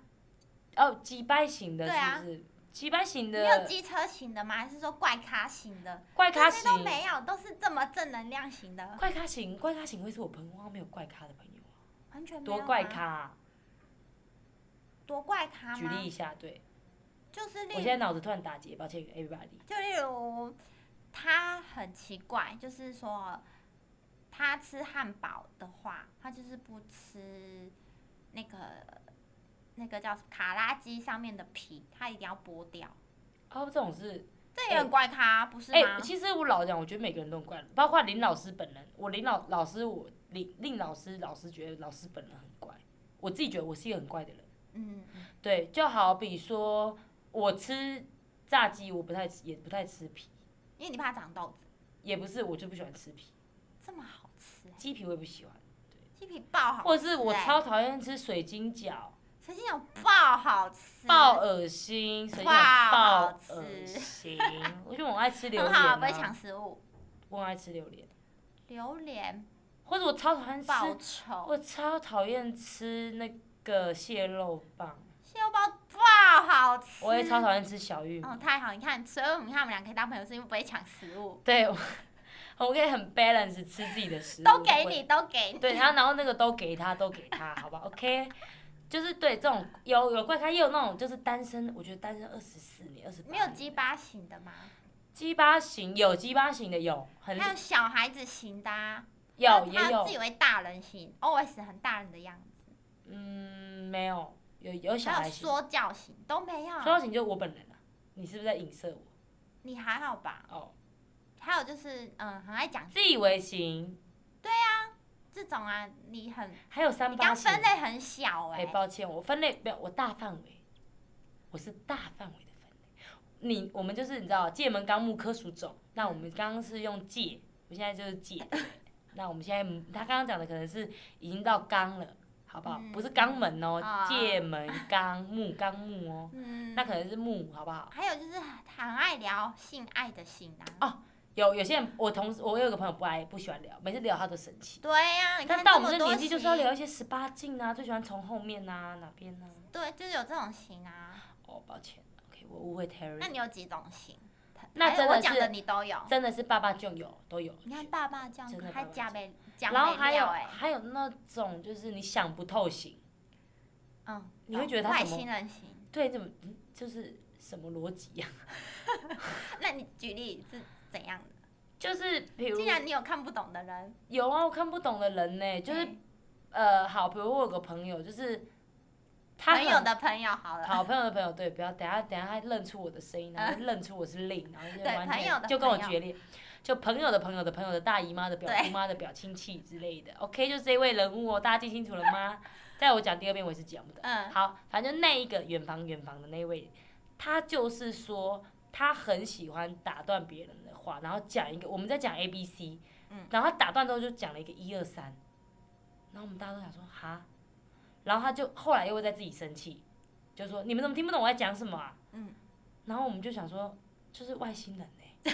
[SPEAKER 2] 哦，鸡掰型的
[SPEAKER 1] 对啊
[SPEAKER 2] 是不是？鸡掰型
[SPEAKER 1] 你有
[SPEAKER 2] 的
[SPEAKER 1] 机车型的吗？还是说怪咖型的？
[SPEAKER 2] 怪咖
[SPEAKER 1] 这些
[SPEAKER 2] 型，
[SPEAKER 1] 都没有，都是这么正能量型的，
[SPEAKER 2] 怪咖型，怪咖型会是我朋友，我好像没有怪咖的朋友啊，
[SPEAKER 1] 完全没有
[SPEAKER 2] 多怪
[SPEAKER 1] 吗，
[SPEAKER 2] 咖啊、
[SPEAKER 1] 多怪咖
[SPEAKER 2] 举
[SPEAKER 1] 吗
[SPEAKER 2] 例？一下，对。
[SPEAKER 1] 就是例
[SPEAKER 2] 我
[SPEAKER 1] 如
[SPEAKER 2] 现在脑子突然打结，抱歉，everybody。
[SPEAKER 1] 就例如他很奇怪，就是说他吃汉堡的话，他就是不吃那个那个叫什么卡拉鸡上面的皮，他一定要剥掉。
[SPEAKER 2] 哦，这种是，
[SPEAKER 1] 这也很怪咖，不是
[SPEAKER 2] 哎、
[SPEAKER 1] 吗？
[SPEAKER 2] 其实我老实讲，我觉得每个人都很怪，包括林老师本人。我林老老师，我林令老师，老师觉得老师本人很怪，我自己觉得我是一个很怪的人。
[SPEAKER 1] 嗯，嗯
[SPEAKER 2] 对，就好比说我吃炸鸡，我不太吃，也不太吃皮，
[SPEAKER 1] 因为你怕长痘子，
[SPEAKER 2] 也不是我就不喜欢吃皮，
[SPEAKER 1] 这么好吃、欸，
[SPEAKER 2] 鸡皮我也不喜欢，
[SPEAKER 1] 鸡皮爆好吃、欸，
[SPEAKER 2] 或者哎是我超讨厌吃水晶饺，
[SPEAKER 1] 神经有爆好吃，
[SPEAKER 2] 爆恶心，水晶饺
[SPEAKER 1] 哇
[SPEAKER 2] 爆
[SPEAKER 1] 好吃
[SPEAKER 2] 恶心，我就很爱吃榴
[SPEAKER 1] 很
[SPEAKER 2] 莲、
[SPEAKER 1] 好，
[SPEAKER 2] 啊，
[SPEAKER 1] 不会抢食物。
[SPEAKER 2] 我很爱吃榴莲。
[SPEAKER 1] 榴莲
[SPEAKER 2] 或者我超讨厌吃，
[SPEAKER 1] 爆臭，
[SPEAKER 2] 我超讨厌吃那个蟹肉棒，
[SPEAKER 1] 蟹肉包爆好吃。
[SPEAKER 2] 我也超讨厌吃小玉米。
[SPEAKER 1] 哦，太好！你看，所以我们看我们俩可以当朋友，是因为不会抢食物，
[SPEAKER 2] 对，我我可以很 balance 吃自己的食物，
[SPEAKER 1] 都给
[SPEAKER 2] 不会
[SPEAKER 1] 你，都给你。
[SPEAKER 2] 对他，然后那个都给他，都给他， 好吧？OK，就是对这种有有怪咖，也有那种就是单身，我觉得单身二十四年、二十
[SPEAKER 1] 没有鸡巴型的吗？
[SPEAKER 2] 鸡巴型，有鸡巴型的有，很
[SPEAKER 1] 还有小孩子型的、啊，
[SPEAKER 2] 有
[SPEAKER 1] 还
[SPEAKER 2] 也
[SPEAKER 1] 还
[SPEAKER 2] 有
[SPEAKER 1] 自，以为大人型，always 很大人的样子，
[SPEAKER 2] 嗯，没有有有小
[SPEAKER 1] 还
[SPEAKER 2] 孩
[SPEAKER 1] 有
[SPEAKER 2] 型，
[SPEAKER 1] 说教型都没有
[SPEAKER 2] 说。到型就是我本人啊，你是不是在影射我？
[SPEAKER 1] 你还好吧？
[SPEAKER 2] 哦，
[SPEAKER 1] 还有就是，嗯，很爱讲
[SPEAKER 2] 自以为型，
[SPEAKER 1] 这种啊，你很
[SPEAKER 2] 还有三
[SPEAKER 1] 你
[SPEAKER 2] 八
[SPEAKER 1] 刚
[SPEAKER 2] 型
[SPEAKER 1] 分，类很小哎、
[SPEAKER 2] 哎，抱歉，我分类没有，我大范围，我是大范围的分类。你我们就是你知道，界门纲目科属种，那我们刚刚是用界，我现在就是 界。那我们现在他刚刚讲的可能是已经到纲了，好不好？不是肛门哦，
[SPEAKER 1] 嗯
[SPEAKER 2] 界门纲目纲目哦，
[SPEAKER 1] 嗯，
[SPEAKER 2] 那可能是木，好不好？
[SPEAKER 1] 还有就是很爱聊性爱的型啊。
[SPEAKER 2] 哦有有些人，我同事我有一个朋友不爱不喜欢聊，每次聊他都生气。
[SPEAKER 1] 对呀、你看
[SPEAKER 2] 但到我
[SPEAKER 1] 这
[SPEAKER 2] 们
[SPEAKER 1] 么
[SPEAKER 2] 这
[SPEAKER 1] 多
[SPEAKER 2] 年纪就是要
[SPEAKER 1] 型
[SPEAKER 2] 聊一些十八禁啊，最喜欢从后面啊哪边啊。
[SPEAKER 1] 对，就是有这种型啊。
[SPEAKER 2] 哦，抱歉，OK，我误会 Terry
[SPEAKER 1] 那。你有几种型？还
[SPEAKER 2] 那
[SPEAKER 1] 有
[SPEAKER 2] 真的
[SPEAKER 1] 我讲
[SPEAKER 2] 是
[SPEAKER 1] 的你都有。
[SPEAKER 2] 真的是爸爸就有都有。
[SPEAKER 1] 你看爸爸这样
[SPEAKER 2] 真的，
[SPEAKER 1] 还
[SPEAKER 2] 爸爸
[SPEAKER 1] 加倍加
[SPEAKER 2] 然后
[SPEAKER 1] 倍
[SPEAKER 2] 还有
[SPEAKER 1] 料
[SPEAKER 2] 啊
[SPEAKER 1] 哎，
[SPEAKER 2] 还有那种就是你想不透型，
[SPEAKER 1] 嗯，
[SPEAKER 2] 你会觉得
[SPEAKER 1] 懂
[SPEAKER 2] 他
[SPEAKER 1] 外
[SPEAKER 2] 怎么
[SPEAKER 1] 星人型？
[SPEAKER 2] 对，怎么嗯就是什么逻辑呀？
[SPEAKER 1] 那你举例是怎样的？
[SPEAKER 2] 就是比如
[SPEAKER 1] 既然你有看不懂的人，
[SPEAKER 2] 有啊，我看不懂的人呢、就是
[SPEAKER 1] 嗯
[SPEAKER 2] 呃，好，比如我有个朋友，就是他
[SPEAKER 1] 朋友
[SPEAKER 2] 很
[SPEAKER 1] 的朋友好了，嗯
[SPEAKER 2] 好朋友的朋友，对，不要等下等下他认出我的声音，然后就认出我是令，然后就
[SPEAKER 1] 对
[SPEAKER 2] 完
[SPEAKER 1] 朋友
[SPEAKER 2] 全
[SPEAKER 1] 的
[SPEAKER 2] 就跟我
[SPEAKER 1] 朋友
[SPEAKER 2] 决裂，就朋友的朋友的朋友的大姨妈的表
[SPEAKER 1] 对
[SPEAKER 2] 姑妈的表亲戚之类的。OK，就是这位人物哦，大家记清楚了吗？在我讲第二遍，我也是讲不得。
[SPEAKER 1] 嗯，
[SPEAKER 2] 好，反正那一个远房远房的那位，他就是说他很喜欢打断别人的话，然后讲一个我们在讲 A B C，
[SPEAKER 1] 嗯
[SPEAKER 2] 然后他打断之后就讲了一个一二三，然后我们大家都想说哈，然后他就后来又会在自己生气，就说你们怎么听不懂我在讲什么啊？
[SPEAKER 1] 嗯，
[SPEAKER 2] 然后我们就想说就是外星人呢、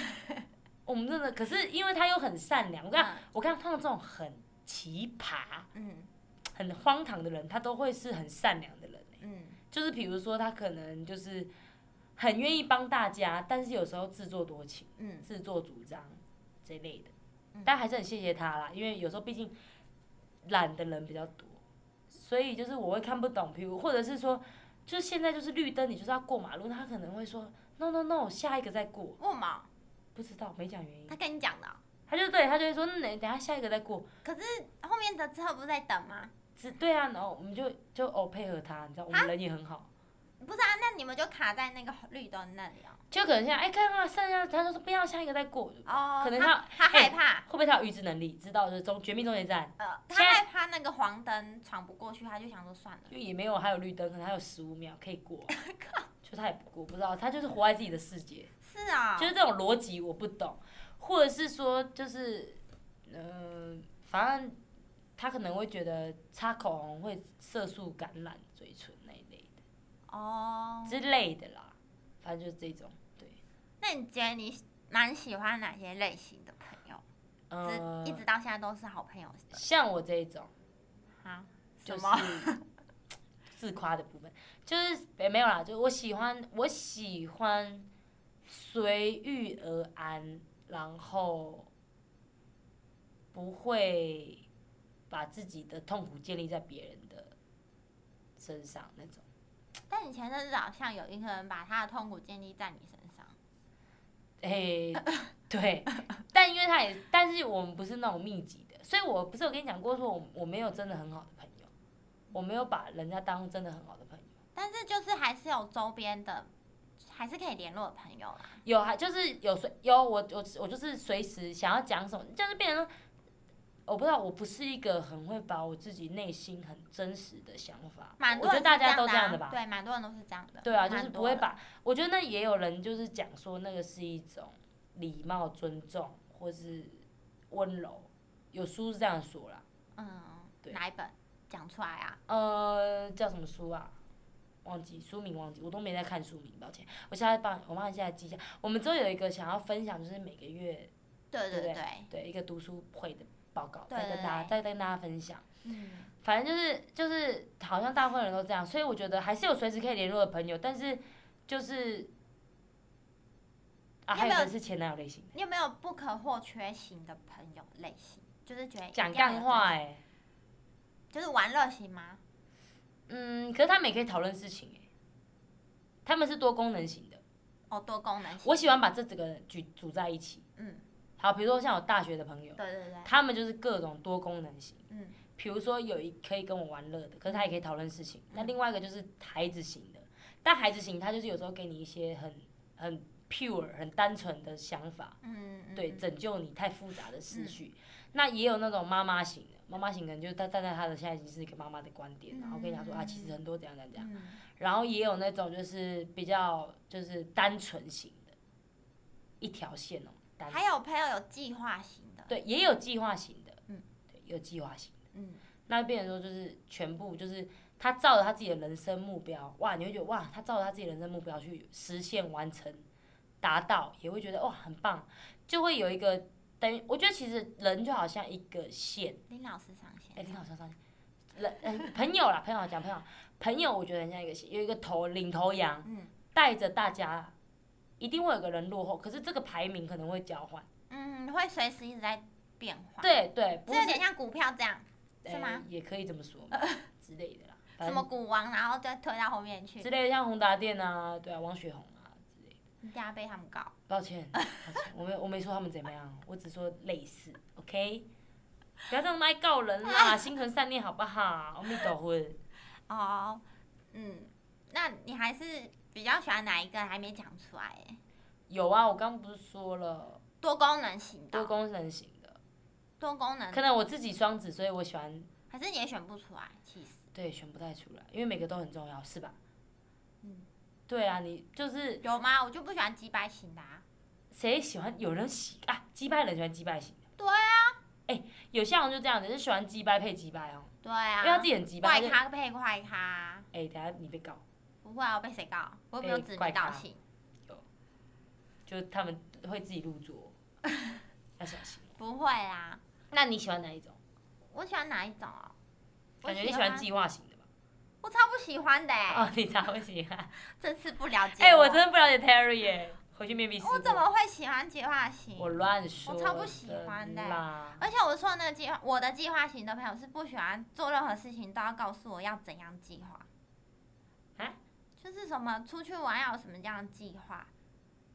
[SPEAKER 2] 我们真的可是因为他又很善良，我看、我看碰到这种很奇葩、
[SPEAKER 1] 嗯
[SPEAKER 2] 很荒唐的人，他都会是很善良的人。
[SPEAKER 1] 嗯
[SPEAKER 2] 就是比如说他可能就是很愿意帮大家，但是有时候自作多情、
[SPEAKER 1] 嗯
[SPEAKER 2] 自作主张这类的
[SPEAKER 1] 嗯，
[SPEAKER 2] 但还是很谢谢他啦，因为有时候毕竟懒的人比较多，所以就是我会看不懂，比如或者是说，就是现在就是绿灯，你就是要过马路，他可能会说 no no no，下一个再过，
[SPEAKER 1] 嗯，木毛
[SPEAKER 2] 不知道没讲原因
[SPEAKER 1] 他，跟你讲的哦，
[SPEAKER 2] 他就对他就会说，那等一下下一个再过，
[SPEAKER 1] 可是后面的车不是在等吗？
[SPEAKER 2] 只对啊，然后我们就就哦配合他，你知道我们人也很好。
[SPEAKER 1] 不是啊，那你们就卡在那个绿灯那里哦。
[SPEAKER 2] 就可能像哎、看啊，剩下他就说不要，下一个再过，
[SPEAKER 1] 哦，
[SPEAKER 2] 嗯可能
[SPEAKER 1] 他他害怕，
[SPEAKER 2] 会不会他有预知能力，知道就是中绝命终结站，
[SPEAKER 1] 呃，
[SPEAKER 2] 现在
[SPEAKER 1] 他害怕那个黄灯闯不过去，他就想说算了。
[SPEAKER 2] 就也没有还有绿灯，可能还有十五秒可以 过啊、就他也不过，不知道他就是活在自己的世界，
[SPEAKER 1] 是啊，
[SPEAKER 2] 就是这种逻辑我不懂，或者是说就是，呃，反正他可能会觉得擦口红会色素感染嘴唇那一类的
[SPEAKER 1] 哦，
[SPEAKER 2] 之类的啦，反正就是这种，对，
[SPEAKER 1] 那你觉得你蛮喜欢哪些类型的朋友？
[SPEAKER 2] 呃
[SPEAKER 1] 直一，直到现在都是好朋友的
[SPEAKER 2] 像我这一种。
[SPEAKER 1] 啊？
[SPEAKER 2] 就
[SPEAKER 1] 什
[SPEAKER 2] 是
[SPEAKER 1] 么？
[SPEAKER 2] 自夸的部分，就是也没有啦，就我喜欢我喜欢随遇而安，然后不会把自己的痛苦建立在别人的身上那种。
[SPEAKER 1] 但你前阵子好像有一个人把他的痛苦建立在你身上，
[SPEAKER 2] 诶、 对，但因为他也，但是我们不是那种密集的，所以我不是有跟你讲过，说我我没有真的很好的朋友，我没有把人家当真的很好的朋友。
[SPEAKER 1] 但是就是还是有周边的，还是可以联络的朋友啦。
[SPEAKER 2] 有还就是有随有我我我就是随时想要讲什么，就是变成说我不知道，我不是一个很会把我自己内心很真实的想法，
[SPEAKER 1] 蛮
[SPEAKER 2] 我
[SPEAKER 1] 多
[SPEAKER 2] 觉
[SPEAKER 1] 人
[SPEAKER 2] 得
[SPEAKER 1] 是
[SPEAKER 2] 大家都
[SPEAKER 1] 这
[SPEAKER 2] 这
[SPEAKER 1] 样啊
[SPEAKER 2] 样的吧，
[SPEAKER 1] 对，蛮多人都是这样的。
[SPEAKER 2] 对啊，就是
[SPEAKER 1] 蛮
[SPEAKER 2] 不
[SPEAKER 1] 多
[SPEAKER 2] 会
[SPEAKER 1] 的
[SPEAKER 2] 把，我觉得那也有人就是讲说那个是一种礼貌、尊重或是温柔，有书是这样说啦，
[SPEAKER 1] 嗯，
[SPEAKER 2] 对
[SPEAKER 1] 哪一本讲出来啊？
[SPEAKER 2] 呃，叫什么书啊？忘记书名，忘记，我都没在看书名，抱歉。我现在帮我妈现在记一下。我们之后有一个想要分享，就是每个月
[SPEAKER 1] 对
[SPEAKER 2] 对
[SPEAKER 1] 对
[SPEAKER 2] 不
[SPEAKER 1] 对，
[SPEAKER 2] 对一个读书会的报告，
[SPEAKER 1] 对
[SPEAKER 2] 再跟大家
[SPEAKER 1] 对
[SPEAKER 2] 再跟大家分享。
[SPEAKER 1] 嗯，
[SPEAKER 2] 反正就是就是，好像大部分人都这样，所以我觉得还是有随时可以联络的朋友，但是就是啊，
[SPEAKER 1] 你有
[SPEAKER 2] 还
[SPEAKER 1] 没有
[SPEAKER 2] 有一个是前男友类型，
[SPEAKER 1] 你有没有不可或缺型的朋友类型？就是觉得一
[SPEAKER 2] 讲
[SPEAKER 1] 定要
[SPEAKER 2] 干
[SPEAKER 1] 有
[SPEAKER 2] 话哎、
[SPEAKER 1] 这，就是玩乐型吗？
[SPEAKER 2] 嗯，可是他们也可以讨论事情哎、他们是多功能型的，
[SPEAKER 1] 哦，多功能型，
[SPEAKER 2] 我喜欢把这几个人组组在一起。
[SPEAKER 1] 嗯，
[SPEAKER 2] 好，比如说像我大学的朋友
[SPEAKER 1] 对，对对，
[SPEAKER 2] 他们就是各种多功能型。
[SPEAKER 1] 嗯，
[SPEAKER 2] 比如说有一可以跟我玩乐的，可是他也可以讨论事情。
[SPEAKER 1] 嗯
[SPEAKER 2] 那另外一个就是孩子型的，但孩子型他就是有时候给你一些很很 pure、很单纯的想法，
[SPEAKER 1] 嗯，嗯
[SPEAKER 2] 对，
[SPEAKER 1] 嗯
[SPEAKER 2] 拯救你太复杂的思绪。那也有那种妈妈型的，妈妈型可能就是站站在他的现在已经是一个妈妈的观点，然后跟你讲说啊，其实很多怎样怎样怎样。
[SPEAKER 1] 嗯
[SPEAKER 2] 然后也有那种就是比较就是单纯型的，一条线哦，单
[SPEAKER 1] 还有朋友有计划型的，
[SPEAKER 2] 对，也有计划型的，
[SPEAKER 1] 嗯，
[SPEAKER 2] 对，也有计划型的。
[SPEAKER 1] 嗯，
[SPEAKER 2] 那变成说就是全部就是他照着他自己的人生目标，哇，你会觉得哇，他照着他自己人生目标去实现完成，达到，也会觉得哇哦很棒，就会有一个等于我觉得其实人就好像一个线，
[SPEAKER 1] 林老师上线
[SPEAKER 2] 嗯哎、，你好像上 人、哎朋友啦，朋友讲朋友，朋友我觉得很像一个线，有一个头领头羊，
[SPEAKER 1] 嗯
[SPEAKER 2] 带着大家。一定会有个人落后，可是这个排名可能会交换。
[SPEAKER 1] 嗯，会随时一直在变化，，
[SPEAKER 2] 对对，不
[SPEAKER 1] 这
[SPEAKER 2] 是
[SPEAKER 1] 有点像股票这样，是
[SPEAKER 2] 哎
[SPEAKER 1] 吗
[SPEAKER 2] 也可以这么说嘛之类的啦。反
[SPEAKER 1] 什
[SPEAKER 2] 正
[SPEAKER 1] 么股王，然后再推到后面去
[SPEAKER 2] 之，类的，像宏达店啊，对啊，王雪红啊之类的。
[SPEAKER 1] 你等下被他们告。
[SPEAKER 2] 抱歉，抱歉，我没我没说他们怎么样，我只说类似，OK。不要这样卖告人啦，心存善念好不好？阿弥陀佛。
[SPEAKER 1] 哦，嗯，那你还是比较喜欢哪一个？还没讲出来欸，
[SPEAKER 2] 有啊，我刚不是说了，
[SPEAKER 1] 多功能型的
[SPEAKER 2] 多
[SPEAKER 1] 哦，
[SPEAKER 2] 功能型的，
[SPEAKER 1] 多功能，
[SPEAKER 2] 可能我自己双子，所以我喜欢，
[SPEAKER 1] 还是你也选不出来？其实，
[SPEAKER 2] 对，选不太出来，因为每个都很重要，是吧？
[SPEAKER 1] 嗯，
[SPEAKER 2] 对啊，你就是
[SPEAKER 1] 有吗？我就不喜欢鸡掰型的、啊，
[SPEAKER 2] 谁喜欢有人喜啊，击败人喜欢击败型的，
[SPEAKER 1] 对
[SPEAKER 2] 啊，哎、有些人就这样子，就喜欢击败配击败哦，
[SPEAKER 1] 对
[SPEAKER 2] 因
[SPEAKER 1] 啊，
[SPEAKER 2] 为他自己很击败，
[SPEAKER 1] 怪
[SPEAKER 2] 他就
[SPEAKER 1] 咖配怪咖，
[SPEAKER 2] 哎、等下你被告。
[SPEAKER 1] 不会啊，我被谁告？我又没有
[SPEAKER 2] 被
[SPEAKER 1] 指
[SPEAKER 2] 怪
[SPEAKER 1] 名
[SPEAKER 2] 咖
[SPEAKER 1] 道姓，
[SPEAKER 2] 就是他们会自己入 座，要小心。
[SPEAKER 1] 不会啊。
[SPEAKER 2] 那你喜欢哪一种？
[SPEAKER 1] 我喜欢哪一种哦？我
[SPEAKER 2] 感觉你喜欢
[SPEAKER 1] 喜，
[SPEAKER 2] 计划型的吧？
[SPEAKER 1] 我超不喜欢的、欸，
[SPEAKER 2] 哦，你才会喜欢。
[SPEAKER 1] 真是不了解。
[SPEAKER 2] 哎、我真的不了解 Terry 耶，回去面壁思过。
[SPEAKER 1] 我怎哦么会喜欢计划型？
[SPEAKER 2] 我乱说
[SPEAKER 1] 我超不喜欢的
[SPEAKER 2] 啦。
[SPEAKER 1] 而且我说那个计划，我的计划型的朋友是不喜欢做任何事情都要告诉我要怎样计划。
[SPEAKER 2] 啊？
[SPEAKER 1] 就是什么出去玩要有什么这样的计划，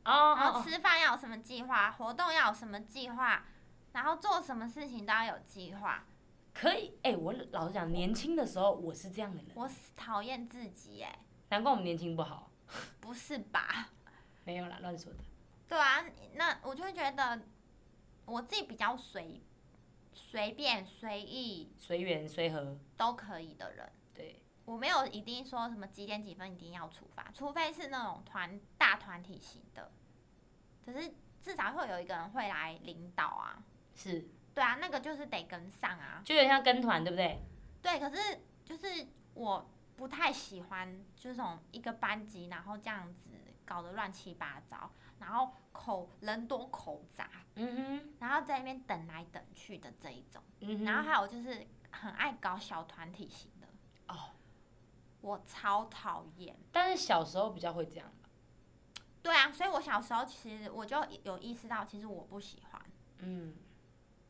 [SPEAKER 2] 哦
[SPEAKER 1] 然
[SPEAKER 2] 哦
[SPEAKER 1] 后
[SPEAKER 2] 哦，
[SPEAKER 1] 吃饭要有什么计划，活动要有什么计划，然后做什么事情都要有计划。
[SPEAKER 2] 可以。哎、我老实讲，年轻的时候我是这样的人，
[SPEAKER 1] 我是讨厌自己哎、
[SPEAKER 2] 难怪我们年轻不好。
[SPEAKER 1] 不是吧？
[SPEAKER 2] 没有啦，乱说的。
[SPEAKER 1] 对啊，那我就会觉得我自己比较随随便随意
[SPEAKER 2] 随缘随和，
[SPEAKER 1] 都可以的人。
[SPEAKER 2] 对，
[SPEAKER 1] 我没有一定说什么几点几分一定要出发，除非是那种团大团体型的，可是至少会有一个人会来领导啊。
[SPEAKER 2] 是，
[SPEAKER 1] 对啊，那个就是得跟上啊。
[SPEAKER 2] 就有点像跟团，对不对？
[SPEAKER 1] 对，可是就是我不太喜欢就是这种一个班级，然后这样子搞得乱七八糟，然后口人多口杂，
[SPEAKER 2] 嗯哼，
[SPEAKER 1] 然后在那边等来等去的这一种。
[SPEAKER 2] 嗯哼。
[SPEAKER 1] 然后还有就是很爱搞小团体型的，
[SPEAKER 2] 哦，
[SPEAKER 1] 我超讨厌。
[SPEAKER 2] 但是小时候比较会这样吧。
[SPEAKER 1] 对啊，所以我小时候其实我就有意识到，其实我不喜欢。
[SPEAKER 2] 嗯。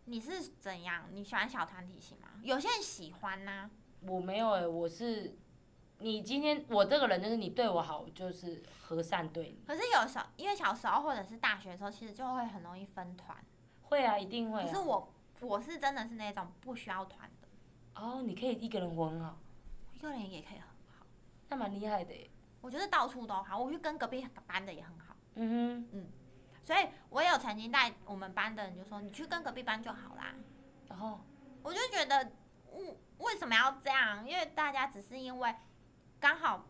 [SPEAKER 1] 你是怎样？你喜欢小团体型吗？有些人喜欢啊呐、
[SPEAKER 2] 我没有哎、我是你今天我这个人就是你对我好，我就是和善对你。
[SPEAKER 1] 可是有时候因为小时候或者是大学的时候，其实就会很容易分团。
[SPEAKER 2] 会啊，一定会、
[SPEAKER 1] 可是
[SPEAKER 2] 啊。
[SPEAKER 1] 我我是真的是那种不需要团的，
[SPEAKER 2] 哦，你可以一个人活很好，
[SPEAKER 1] 我一个人也可以很好。
[SPEAKER 2] 那蛮厉害的、欸。
[SPEAKER 1] 我觉得到处都好，我去跟隔壁班的也很好。
[SPEAKER 2] 嗯
[SPEAKER 1] 所以我也有曾经带我们班的人就说，你去跟隔壁班就好啦。
[SPEAKER 2] 哼，然后
[SPEAKER 1] 我就觉得，嗯，为什么要这样？因为大家只是因为刚好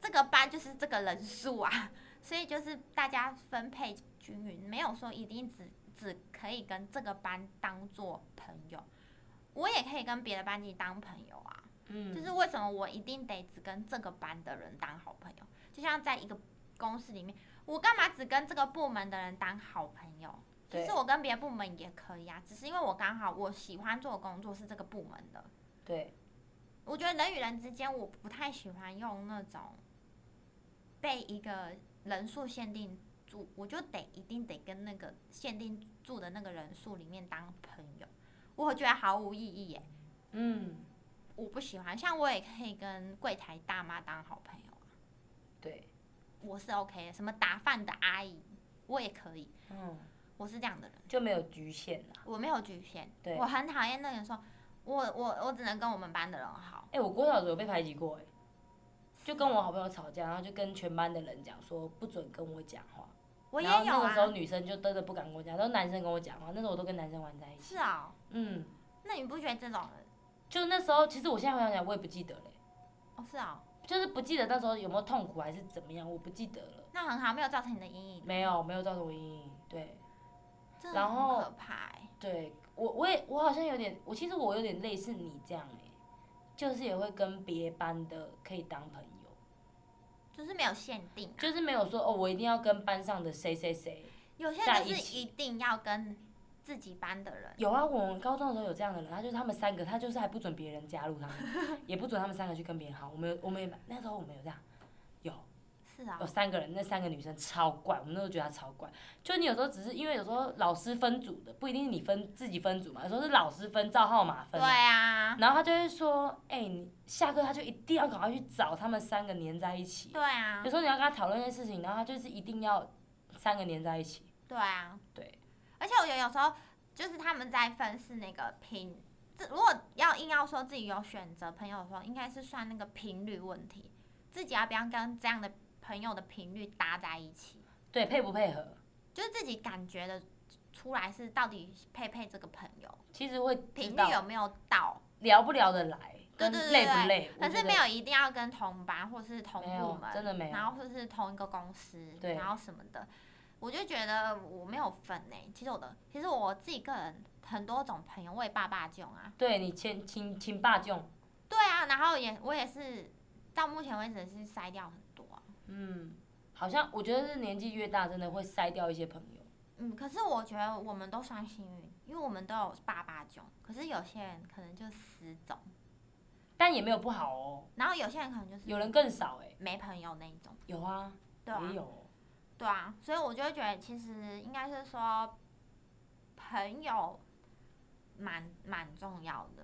[SPEAKER 1] 这个班就是这个人数啊， 所以就是大家分配均匀，没有说一定只只可以跟这个班当做朋友。我也可以跟别的班级当朋友啊，
[SPEAKER 2] 嗯，
[SPEAKER 1] 就是为什么我一定得只跟这个班的人当好朋友？就像在一个公司里面，我干嘛只跟这个部门的人当好朋友？其
[SPEAKER 2] 对
[SPEAKER 1] 实我跟别的部门也可以啊，只是因为我刚好我喜欢做的工作是这个部门的。
[SPEAKER 2] 对，
[SPEAKER 1] 我觉得人与人之间，我不太喜欢用那种被一个人数限定住，我就得一定得跟那个限定住的那个人数里面当朋友，我觉得毫无意义耶。
[SPEAKER 2] 嗯，
[SPEAKER 1] 我不喜欢，像我也可以跟柜台大妈当好朋友，
[SPEAKER 2] 对，
[SPEAKER 1] 我是 OK 的。什么打饭的阿姨，我也可以，
[SPEAKER 2] 嗯，
[SPEAKER 1] 我是这样的人，啊
[SPEAKER 2] 就没有局限啦。
[SPEAKER 1] 我没有局限。
[SPEAKER 2] 对
[SPEAKER 1] 我很讨厌那个人说，我我我只能跟我们班的人好。
[SPEAKER 2] 哎、我国小的时候被排挤过、哎，就跟我好朋友吵架，然后就跟全班的人讲说不准跟我讲话。
[SPEAKER 1] 我也
[SPEAKER 2] 然后
[SPEAKER 1] 有
[SPEAKER 2] 那个时候
[SPEAKER 1] 啊，
[SPEAKER 2] 女生就真的不敢跟我讲，都是男生跟我讲话。那时候我都跟男生玩在一起。
[SPEAKER 1] 是啊、
[SPEAKER 2] 嗯，
[SPEAKER 1] 那你不觉得这种人？
[SPEAKER 2] 就那时候，其实我现在回想起来，我也不记得嘞、
[SPEAKER 1] 哦，是啊、
[SPEAKER 2] 就是不记得那时候有没有痛苦还是怎么样，我不记得了。
[SPEAKER 1] 那很好，没有造成你的阴影，
[SPEAKER 2] 没有，没有造成我阴影。对，
[SPEAKER 1] 真的
[SPEAKER 2] 然
[SPEAKER 1] 很
[SPEAKER 2] 后
[SPEAKER 1] 可怕、欸。
[SPEAKER 2] 对我我也我好像有点，我其实我有点类似你这样哎、就是也会跟别班的可以当朋友，
[SPEAKER 1] 就是没有限定啊、
[SPEAKER 2] 就是没有说哦，我一定要跟班上的谁谁谁。
[SPEAKER 1] 有些
[SPEAKER 2] 在
[SPEAKER 1] 人
[SPEAKER 2] 一
[SPEAKER 1] 就是
[SPEAKER 2] 起
[SPEAKER 1] 一定要跟自己班的人，
[SPEAKER 2] 有啊，我们高中的时候有这样的人，他就是他们三个，他就是还不准别人加入他们 ，也不准他们三个去跟别人好。我们有我们也那时候我们有这样，有
[SPEAKER 1] 是啊、
[SPEAKER 2] 有三个人，那三个女生超怪，我们那时候觉得她超怪。就你有时候只是因为有时候老师分组的，不一定是你分自己分组嘛，有时候是老师分照号码
[SPEAKER 1] 对
[SPEAKER 2] 分嘛。
[SPEAKER 1] 啊，
[SPEAKER 2] 然后他就会说，哎、你下课他就一定要赶快去找他们三个黏在一起。
[SPEAKER 1] 对啊
[SPEAKER 2] 有，时候你要跟他讨论一些事情，然后他就是一定要三个黏在一起。
[SPEAKER 1] 对啊，
[SPEAKER 2] 对。
[SPEAKER 1] 而且我觉得有时候就是他们在分是那个频，这如果要硬要说自己有选择朋友的时候，应该是算那个频率问题，自己要不要跟这样的朋友的频率搭在一起，
[SPEAKER 2] 对，配不配合，
[SPEAKER 1] 就是自己感觉的出来是到底配不配这个朋友
[SPEAKER 2] 其实会知
[SPEAKER 1] 频
[SPEAKER 2] 道
[SPEAKER 1] 率有没有到。
[SPEAKER 2] 聊不聊得来，
[SPEAKER 1] 对
[SPEAKER 2] 跟
[SPEAKER 1] 对对
[SPEAKER 2] 累
[SPEAKER 1] 对
[SPEAKER 2] 不累，我
[SPEAKER 1] 可
[SPEAKER 2] 觉
[SPEAKER 1] 是
[SPEAKER 2] 得
[SPEAKER 1] 没有一定要跟同班或是同
[SPEAKER 2] 没
[SPEAKER 1] 部
[SPEAKER 2] 有，真
[SPEAKER 1] 门，
[SPEAKER 2] 的没有。
[SPEAKER 1] 然后或是同一个公司，
[SPEAKER 2] 对
[SPEAKER 1] 然后什么的，我就觉得我没有分呢、其实我的，其实我自己个人很多种朋友，我也爸爸囧啊，
[SPEAKER 2] 对你亲亲亲爸这种，
[SPEAKER 1] 对啊，然后也我也是到目前为止是筛掉很多啊、
[SPEAKER 2] 嗯，好像我觉得是年纪越大，真的会筛掉一些朋友。
[SPEAKER 1] 嗯，可是我觉得我们都算幸运，因为我们都有爸爸囧，可是有些人可能就死种，
[SPEAKER 2] 但也没有不好哦，
[SPEAKER 1] 然后有些人可能就是
[SPEAKER 2] 有人更少哎、
[SPEAKER 1] 没朋友那一种，
[SPEAKER 2] 有啊，
[SPEAKER 1] 对啊，
[SPEAKER 2] 也有哦，
[SPEAKER 1] 对啊，所以我就会觉得，其实应该是说，朋友蛮蛮重要的，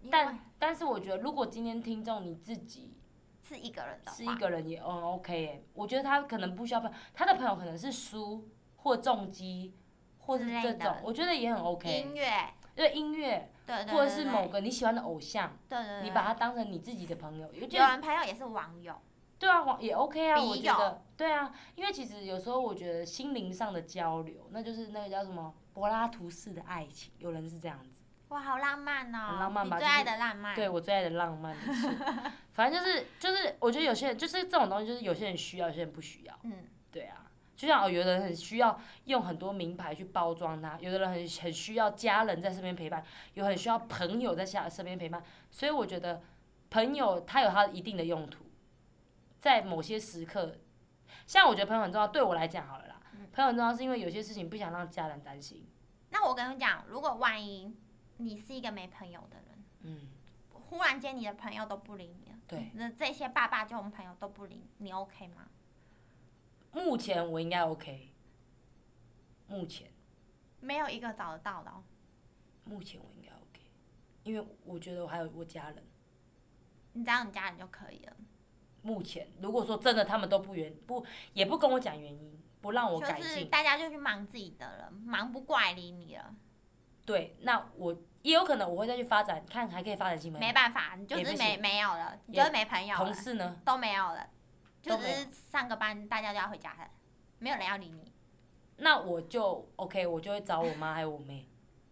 [SPEAKER 1] 因为
[SPEAKER 2] 但但是我觉得，如果今天听众你自己
[SPEAKER 1] 是一个人的
[SPEAKER 2] 是
[SPEAKER 1] 话，
[SPEAKER 2] 一个人也嗯 OK 哎、我觉得他可能不需要朋友，他的朋友可能是书或重击，或是
[SPEAKER 1] 之类
[SPEAKER 2] 这
[SPEAKER 1] 的嗯
[SPEAKER 2] 种，我觉得也很 OK，
[SPEAKER 1] 音乐，
[SPEAKER 2] 就是音乐
[SPEAKER 1] 对对对，
[SPEAKER 2] 或者是
[SPEAKER 1] 对
[SPEAKER 2] 某，个你喜欢的偶像。
[SPEAKER 1] 对对对，
[SPEAKER 2] 你把他当成你自己的朋友，我觉
[SPEAKER 1] 有
[SPEAKER 2] 得
[SPEAKER 1] 人朋友也是网友，
[SPEAKER 2] 对啊，网也 OK 啊，
[SPEAKER 1] 笔
[SPEAKER 2] 我觉
[SPEAKER 1] 友
[SPEAKER 2] 得对啊，因为其实有时候我觉得心灵上的交流，那就是那个叫什么柏拉图式的爱情，有人是这样子，
[SPEAKER 1] 哇，好浪漫哦，
[SPEAKER 2] 很浪漫吧
[SPEAKER 1] 你最
[SPEAKER 2] 就是
[SPEAKER 1] 爱的浪漫，
[SPEAKER 2] 对我最爱的浪漫的事， 反正就是就是我觉得有些人就是这种东西，就是有些人需要，有些人不需要，
[SPEAKER 1] 嗯，
[SPEAKER 2] 对啊。就像哦，有的人很需要用很多名牌去包装他，有的人很很需要家人在身边陪伴，有很需要朋友在下身边陪伴，所以我觉得朋友他有他一定的用途，在某些时刻，像我觉得朋友很重要，对我来讲好了啦，朋友很重要是因为有些事情不想让家人担心，
[SPEAKER 1] 那我跟你讲，如果万一你是一个没朋友的人，
[SPEAKER 2] 嗯，
[SPEAKER 1] 忽然间你的朋友都不理你了，
[SPEAKER 2] 对，
[SPEAKER 1] 那这些爸爸囧朋友都不理你，你 OK 吗？
[SPEAKER 2] 目前我应该 OK，目前
[SPEAKER 1] 没有一个找得到的、哦，
[SPEAKER 2] 目前我应该 OK，因为我觉得我还有我家人。
[SPEAKER 1] 你找你家人就可以了。
[SPEAKER 2] 目前如果说真的他们都不原不也不跟我讲原因，不让我改
[SPEAKER 1] 就是
[SPEAKER 2] 进，
[SPEAKER 1] 大家就去忙自己的了，忙不过来理你了，
[SPEAKER 2] 对，那我也有可能我会再去发展，看还可以发展新朋友
[SPEAKER 1] 没。办法，你就是
[SPEAKER 2] 也不
[SPEAKER 1] 没
[SPEAKER 2] 行
[SPEAKER 1] 没有了，你
[SPEAKER 2] 也
[SPEAKER 1] 就是没朋友
[SPEAKER 2] 同
[SPEAKER 1] 了，
[SPEAKER 2] 事呢？
[SPEAKER 1] 都没有了，就
[SPEAKER 2] 都
[SPEAKER 1] 只
[SPEAKER 2] 没有
[SPEAKER 1] 是上个班大家就要回家了，没有人要理你。
[SPEAKER 2] 那我就 OK，我就会找我妈还有我妹。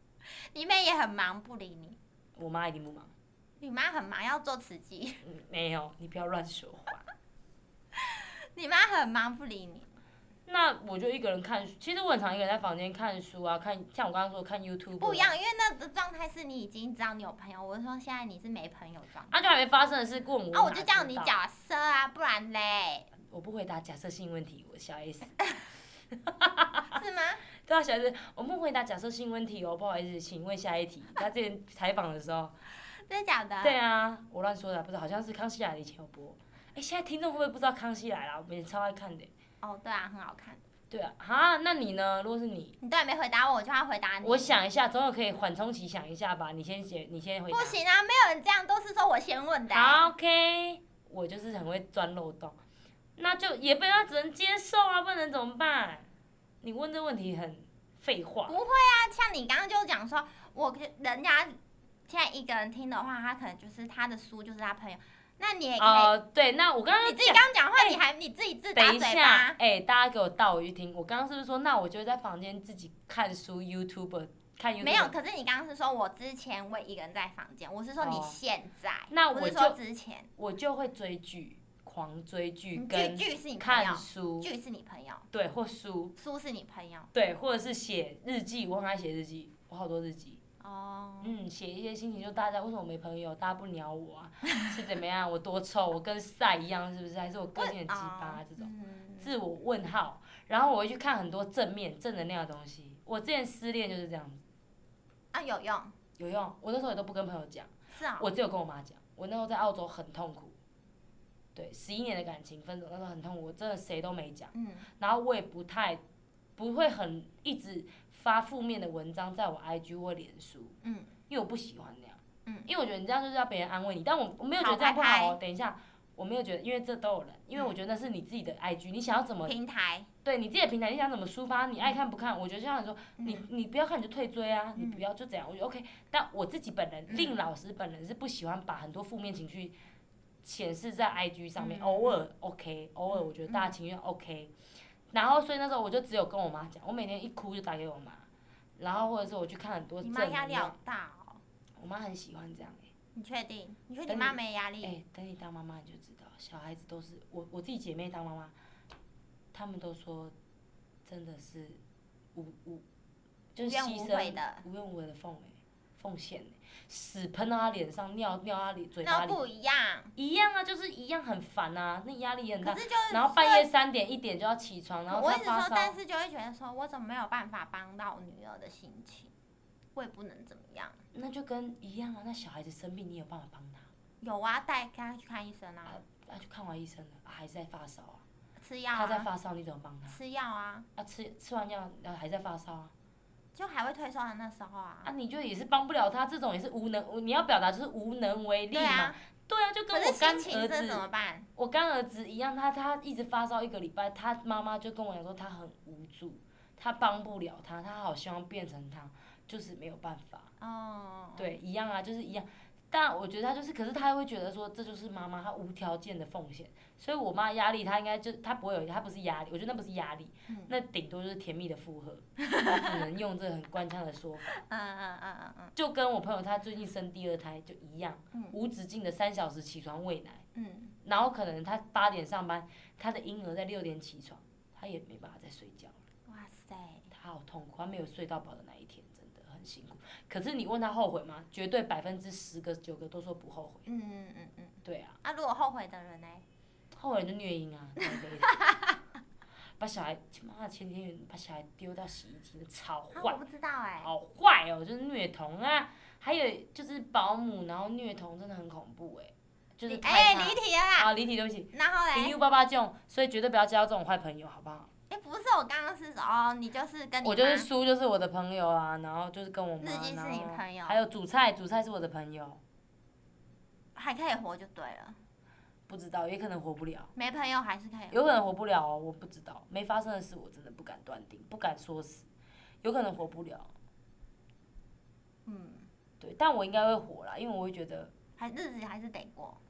[SPEAKER 1] 你妹也很忙，不理你。
[SPEAKER 2] 我妈一定不忙。
[SPEAKER 1] 你妈很忙，要做慈济。
[SPEAKER 2] 嗯，没有，你不要乱说话。
[SPEAKER 1] 你妈很忙，不理你。
[SPEAKER 2] 那我就一个人看书，其实我很常一个人在房间看书啊，看像我刚刚说看 YouTube，啊
[SPEAKER 1] 不一样，因为那个状态是你已经知道你有朋友。我是说现在你是没朋友状态。
[SPEAKER 2] 啊，就还没发生的事过我。
[SPEAKER 1] 啊，我就
[SPEAKER 2] 哪
[SPEAKER 1] 叫
[SPEAKER 2] 知
[SPEAKER 1] 你
[SPEAKER 2] 道，
[SPEAKER 1] 假设啊，不然嘞，
[SPEAKER 2] 我不回答假设性问题，我小 S。
[SPEAKER 1] 是吗？
[SPEAKER 2] 对啊，小孩子，我们回答假设性问题哦，不好意思，请问下一题。他之前采访的时候，
[SPEAKER 1] 真的假的？
[SPEAKER 2] 对 啊，我乱说的，不是，好像是《康熙来了》以前有播。哎，现在听众会不会不知道《康熙来了》？我们也超爱看的。
[SPEAKER 1] 哦，对啊，很好看。
[SPEAKER 2] 对啊，哈，那你呢？如果是你，
[SPEAKER 1] 你都还没回答我，我就要回答你。
[SPEAKER 2] 我想一下，总有可以缓冲期想一下吧。你先写，你先回答
[SPEAKER 1] 不。行啊，没有人这样，都是说我先问的、啊
[SPEAKER 2] 好，OK，我就是很会钻漏洞，那就也被他只能接受啊，不然怎么办？你问这问题很废话，
[SPEAKER 1] 那像你刚刚就讲说，我跟人家现在一个人听的话，他可能就是他的书就是他朋友，那你也可以。
[SPEAKER 2] 哦，对，那我刚刚
[SPEAKER 1] 你自己
[SPEAKER 2] 讲，
[SPEAKER 1] 刚刚讲话，
[SPEAKER 2] 哎
[SPEAKER 1] 你还你自己自打
[SPEAKER 2] 等一
[SPEAKER 1] 嘴
[SPEAKER 2] 下
[SPEAKER 1] 巴，，
[SPEAKER 2] 哎，大家给我倒回去听，我刚刚是不是说，那我就在房间自己看书，YouTube 看 YouTube，
[SPEAKER 1] 没有。，可是你刚刚是说我之前我一个人在房间，我是说你
[SPEAKER 2] 哦
[SPEAKER 1] 现在，
[SPEAKER 2] 那
[SPEAKER 1] 不
[SPEAKER 2] 我
[SPEAKER 1] 是说
[SPEAKER 2] 就
[SPEAKER 1] 之前。
[SPEAKER 2] 我就会追剧，狂追剧
[SPEAKER 1] 你剧
[SPEAKER 2] 跟
[SPEAKER 1] 剧是你朋
[SPEAKER 2] 看
[SPEAKER 1] 友，
[SPEAKER 2] 书，
[SPEAKER 1] 剧是你朋友，
[SPEAKER 2] 对，或书，
[SPEAKER 1] 书是你朋友。
[SPEAKER 2] 对，或者是写日记，我很爱写日记，我好多日记。
[SPEAKER 1] 哦，
[SPEAKER 2] 嗯，写一些心情，就大家为什么我没朋友，大家不鸟我啊？ 是怎么样？我多臭？我跟晒一样是不是？还是我个性很鸡巴、这种？
[SPEAKER 1] 嗯
[SPEAKER 2] 自我问号，然后我会去看很多正面、正能量的东西。我之前失恋就是这样子，
[SPEAKER 1] 啊有用，
[SPEAKER 2] 有用。我那时候也都不跟朋友讲，
[SPEAKER 1] 是啊、
[SPEAKER 2] 我只有跟我妈讲。我那时候在澳洲很痛苦，对，十一年的感情分手，那时候很痛苦，我真的谁都没讲。
[SPEAKER 1] 嗯，
[SPEAKER 2] 然后我也不太不会很一直发负面的文章在我 IG 或脸书，
[SPEAKER 1] 嗯，
[SPEAKER 2] 因为我不喜欢那样，
[SPEAKER 1] 嗯，
[SPEAKER 2] 因为我觉得你这样就是要别人安慰你，但我我没有觉得这样不好哦。等一下，我没有觉得，因为这都有人，因为
[SPEAKER 1] 嗯
[SPEAKER 2] 我觉得那是你自己的 IG，你想要怎么
[SPEAKER 1] 平台，
[SPEAKER 2] 对你自己的平台，你想怎么抒发，你爱看不看，我觉得就像你说，
[SPEAKER 1] 嗯
[SPEAKER 2] 你你不要看你就退追啊，
[SPEAKER 1] 嗯
[SPEAKER 2] 你不要就这样，我觉得 OK。但我自己本人，
[SPEAKER 1] 嗯
[SPEAKER 2] 令老师本人是不喜欢把很多负面情绪显示在 IG 上面，
[SPEAKER 1] 嗯
[SPEAKER 2] 偶尔 OK，偶尔我觉得大家情绪 OK。然后所以那时候我就只有跟我妈讲，我每天一哭就打给我妈，然后或者是我去看很多
[SPEAKER 1] 你
[SPEAKER 2] 正
[SPEAKER 1] 妈压
[SPEAKER 2] 能
[SPEAKER 1] 力
[SPEAKER 2] 量，
[SPEAKER 1] 好大哦。
[SPEAKER 2] 我妈很喜欢这样欸
[SPEAKER 1] 你确定？你确定
[SPEAKER 2] 等
[SPEAKER 1] 妈
[SPEAKER 2] 你
[SPEAKER 1] 没压
[SPEAKER 2] 哎、
[SPEAKER 1] 力？
[SPEAKER 2] 等你当妈妈你就知道，小孩子都是我我自己姐妹当妈妈，她们都说真的是无无就是
[SPEAKER 1] 无怨
[SPEAKER 2] 牺
[SPEAKER 1] 无
[SPEAKER 2] 牲
[SPEAKER 1] 悔的
[SPEAKER 2] 无怨无悔的奉哎、奉献哎、屎喷到她脸上，尿尿她脸嘴巴
[SPEAKER 1] 那
[SPEAKER 2] 里，
[SPEAKER 1] 不一样，
[SPEAKER 2] 一样啊，就是一样很烦啊，那压力也很
[SPEAKER 1] 可
[SPEAKER 2] 大。
[SPEAKER 1] 是就是
[SPEAKER 2] 然后半夜三点一点就要起床，然后
[SPEAKER 1] 我
[SPEAKER 2] 她
[SPEAKER 1] 一直说
[SPEAKER 2] 发，烧
[SPEAKER 1] 但，是就会觉得说，我怎么没有办法帮到女儿的心情，我也不能怎么样。
[SPEAKER 2] 那就跟一样啊，那小孩子生病你有办法帮他，
[SPEAKER 1] 有啊，带她去看医生啊，
[SPEAKER 2] 那、就看完医生了，啊还是在发烧啊，
[SPEAKER 1] 吃药
[SPEAKER 2] 他在
[SPEAKER 1] 啊，
[SPEAKER 2] 发烧你怎么帮他？
[SPEAKER 1] 吃药啊，
[SPEAKER 2] 啊吃吃完药然后还在发烧啊。
[SPEAKER 1] 就还会退烧的那时候啊。
[SPEAKER 2] 啊，你就也是帮不了他，这种也是无能，你要表达就是无能为力
[SPEAKER 1] 对
[SPEAKER 2] 嘛。
[SPEAKER 1] 啊，
[SPEAKER 2] 对啊，就
[SPEAKER 1] 可
[SPEAKER 2] 跟
[SPEAKER 1] 是
[SPEAKER 2] 我干
[SPEAKER 1] 心情
[SPEAKER 2] 儿
[SPEAKER 1] 这怎
[SPEAKER 2] 子，
[SPEAKER 1] 么办？
[SPEAKER 2] 我干儿子一样，他他一直发烧一个礼拜，他妈妈就跟我讲说他很无助，他帮不了他，他好希望变成他，就是没有办法。
[SPEAKER 1] 哦，
[SPEAKER 2] 对，一样啊，就是一样。但我觉得他就是，可是他会觉得说这就是妈妈，她无条件的奉献。所以我妈压力，她应该就她不会有，她不是压力，我觉得那不是压力，
[SPEAKER 1] 嗯
[SPEAKER 2] 那顶多就是甜蜜的负荷。我只能用这很官腔的说法。
[SPEAKER 1] 嗯嗯嗯 嗯嗯
[SPEAKER 2] 就跟我朋友他最近生第二胎就一样，
[SPEAKER 1] 嗯
[SPEAKER 2] 无止境的三小时起床喂奶，
[SPEAKER 1] 嗯，
[SPEAKER 2] 然后可能他八点上班，他的婴儿在六点起床，他也没办法再睡觉了，
[SPEAKER 1] 哇塞，
[SPEAKER 2] 他好痛苦，他没有睡到饱的那一天，真的很辛苦。可是你问他后悔吗？绝对百分之十个九个都说不后悔。
[SPEAKER 1] 嗯嗯嗯嗯。
[SPEAKER 2] 对啊，
[SPEAKER 1] 啊，如果后悔的人呢？啊
[SPEAKER 2] 后悔就虐婴啊，太累了把小孩妈的前天把小孩丢到洗衣机，超
[SPEAKER 1] 啊，
[SPEAKER 2] 坏
[SPEAKER 1] 我。不知道哎。
[SPEAKER 2] 好坏哦，就是虐童啊，还有就是保姆，然后虐童真的很恐怖哎、就是
[SPEAKER 1] 你
[SPEAKER 2] 拍
[SPEAKER 1] 哎，
[SPEAKER 2] 他
[SPEAKER 1] 离题了啦。
[SPEAKER 2] 啊，离体对不起，
[SPEAKER 1] 然后嘞
[SPEAKER 2] 零，六八八这种，所以绝对不要交这种坏朋友，好不好？
[SPEAKER 1] 哎，不是我刚刚是哦，你就是跟你
[SPEAKER 2] 我就是
[SPEAKER 1] 妈
[SPEAKER 2] 叔，就是我的朋友啊，然后就是跟我妈，
[SPEAKER 1] 日记是
[SPEAKER 2] 然
[SPEAKER 1] 你
[SPEAKER 2] 后
[SPEAKER 1] 朋友
[SPEAKER 2] 还有主菜，主菜是我的朋友，
[SPEAKER 1] 还可以活就对了，
[SPEAKER 2] 不知道也可能活不了，
[SPEAKER 1] 没朋友还是可以活。
[SPEAKER 2] 有可能活不了哦，我不知道，没发生的事我真的不敢断定，不敢说死，有可能活不了，
[SPEAKER 1] 嗯，
[SPEAKER 2] 对，但我应该会活啦，因为我会觉得
[SPEAKER 1] 还日子还是得过，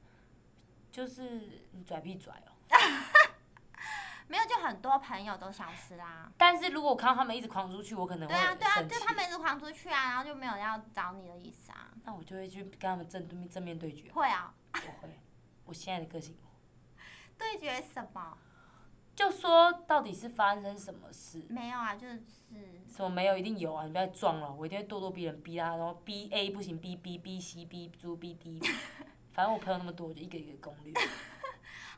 [SPEAKER 2] 就是你拽屁拽哦。
[SPEAKER 1] 没有就很多朋友都消失啦。
[SPEAKER 2] 但是如果我看到他们一直狂出去，我可能会
[SPEAKER 1] 对啊，对啊，
[SPEAKER 2] 生气
[SPEAKER 1] 就他们一直狂出去啊，然后就没有要找你的意思啊。
[SPEAKER 2] 那我就会去跟他们正对面正面对决。
[SPEAKER 1] 会啊，
[SPEAKER 2] 我会，我现在的个性，
[SPEAKER 1] 对决什么？
[SPEAKER 2] 就说到底是发生什么事，
[SPEAKER 1] 没有啊，就是
[SPEAKER 2] 什么没有，一定有啊！你不要再撞了，我一定会咄咄逼人，逼他，然后 B A 不行，B B B C B 猪 B D，反 正我朋友那么多，我就一个一个攻略。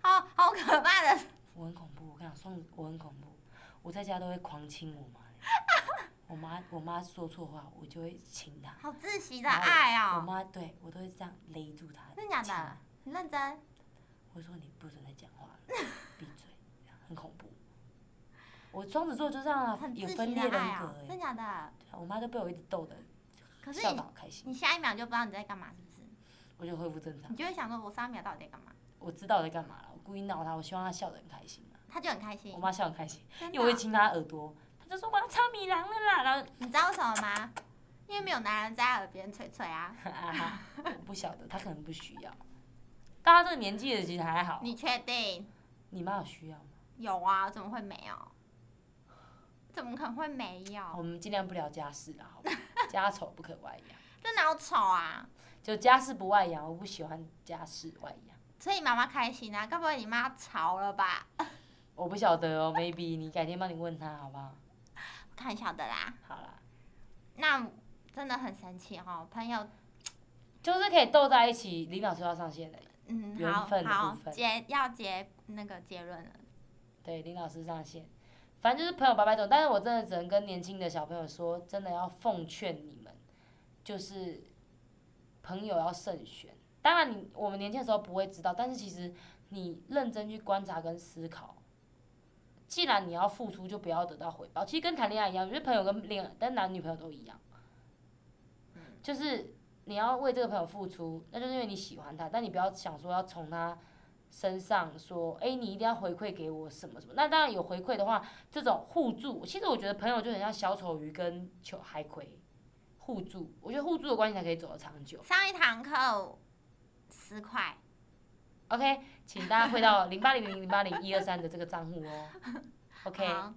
[SPEAKER 1] 好好可怕的。
[SPEAKER 2] 我很恐怖，我跟你讲，双子我很恐怖，我在家都会狂亲我妈。我妈我妈说错话，我就会亲她。
[SPEAKER 1] 好窒息的爱
[SPEAKER 2] 我
[SPEAKER 1] 哦、
[SPEAKER 2] 妈对我都会这样勒住她。
[SPEAKER 1] 真的假
[SPEAKER 2] 亲她
[SPEAKER 1] 的？很认真，
[SPEAKER 2] 我说你不准再讲话了，闭嘴，这样很恐怖。我双子座就这样啊
[SPEAKER 1] 很，
[SPEAKER 2] 有
[SPEAKER 1] 窒
[SPEAKER 2] 分
[SPEAKER 1] 息
[SPEAKER 2] 裂人
[SPEAKER 1] 的
[SPEAKER 2] 格
[SPEAKER 1] 爱啊、
[SPEAKER 2] 哎、
[SPEAKER 1] 真的假的？
[SPEAKER 2] 对啊我妈都被我一直逗的
[SPEAKER 1] 可是
[SPEAKER 2] 笑
[SPEAKER 1] 你
[SPEAKER 2] 到开心，
[SPEAKER 1] 你下一秒就不知道你在干嘛，是不是？
[SPEAKER 2] 我就恢复正常。
[SPEAKER 1] 你就会想说，我上一秒到底在干嘛？
[SPEAKER 2] 我知道我在干嘛了，我故意闹她，我希望她笑得很开心啊。
[SPEAKER 1] 他就很开心
[SPEAKER 2] 我。妈笑得很开心，
[SPEAKER 1] 真
[SPEAKER 2] 因为我会
[SPEAKER 1] 的，啊
[SPEAKER 2] 亲她耳朵，她就说我要唱米兰了啦，然后
[SPEAKER 1] 你知道为什么吗？因为没有男人在她耳边吹吹啊。
[SPEAKER 2] 哈哈，我不晓得，她可能不需要。到她这个年纪了，其实还好。
[SPEAKER 1] 你确定？
[SPEAKER 2] 你妈有需要吗？
[SPEAKER 1] 有啊，怎么会没有？怎么可能会没有？
[SPEAKER 2] 我们尽量不聊家事啊，好吧？ 家丑不可外扬，
[SPEAKER 1] 这哪有丑啊？
[SPEAKER 2] 就家事不外扬，我不喜欢家事外扬。
[SPEAKER 1] 所以妈妈开心啊，该不会你妈吵了吧？
[SPEAKER 2] 我不晓得哦，maybe 你改天帮你问他好不好？
[SPEAKER 1] 看晓得啦。
[SPEAKER 2] 好啦，
[SPEAKER 1] 那真的很神奇哦，朋友，
[SPEAKER 2] 就是可以斗在一起。林老师要上线了，
[SPEAKER 1] 嗯，
[SPEAKER 2] 缘
[SPEAKER 1] 好
[SPEAKER 2] 分的
[SPEAKER 1] 好
[SPEAKER 2] 部分
[SPEAKER 1] 结要结那个结论了。
[SPEAKER 2] 对，林老师上线。反正就是朋友百百种，但是我真的只能跟年轻的小朋友说，真的要奉劝你们，就是朋友要慎选。当然你，我们年轻的时候不会知道，但是其实你认真去观察跟思考，既然你要付出，就不要得到回报。其实跟谈恋爱一样，我觉得朋友跟恋爱跟男女朋友都一样，嗯就是你要为这个朋友付出，那就是因为你喜欢他，但你不要想说要从他身上说，哎、你一定要回馈给我什么什么。那当然有回馈的话，这种互助，其实我觉得朋友就很像小丑鱼跟球海葵互助，我觉得互助的关系才可以走得长久。
[SPEAKER 1] 上一堂课十块，
[SPEAKER 2] OK，请大家汇到零八零零零八零一二三的这个账户哦。OK，
[SPEAKER 1] 好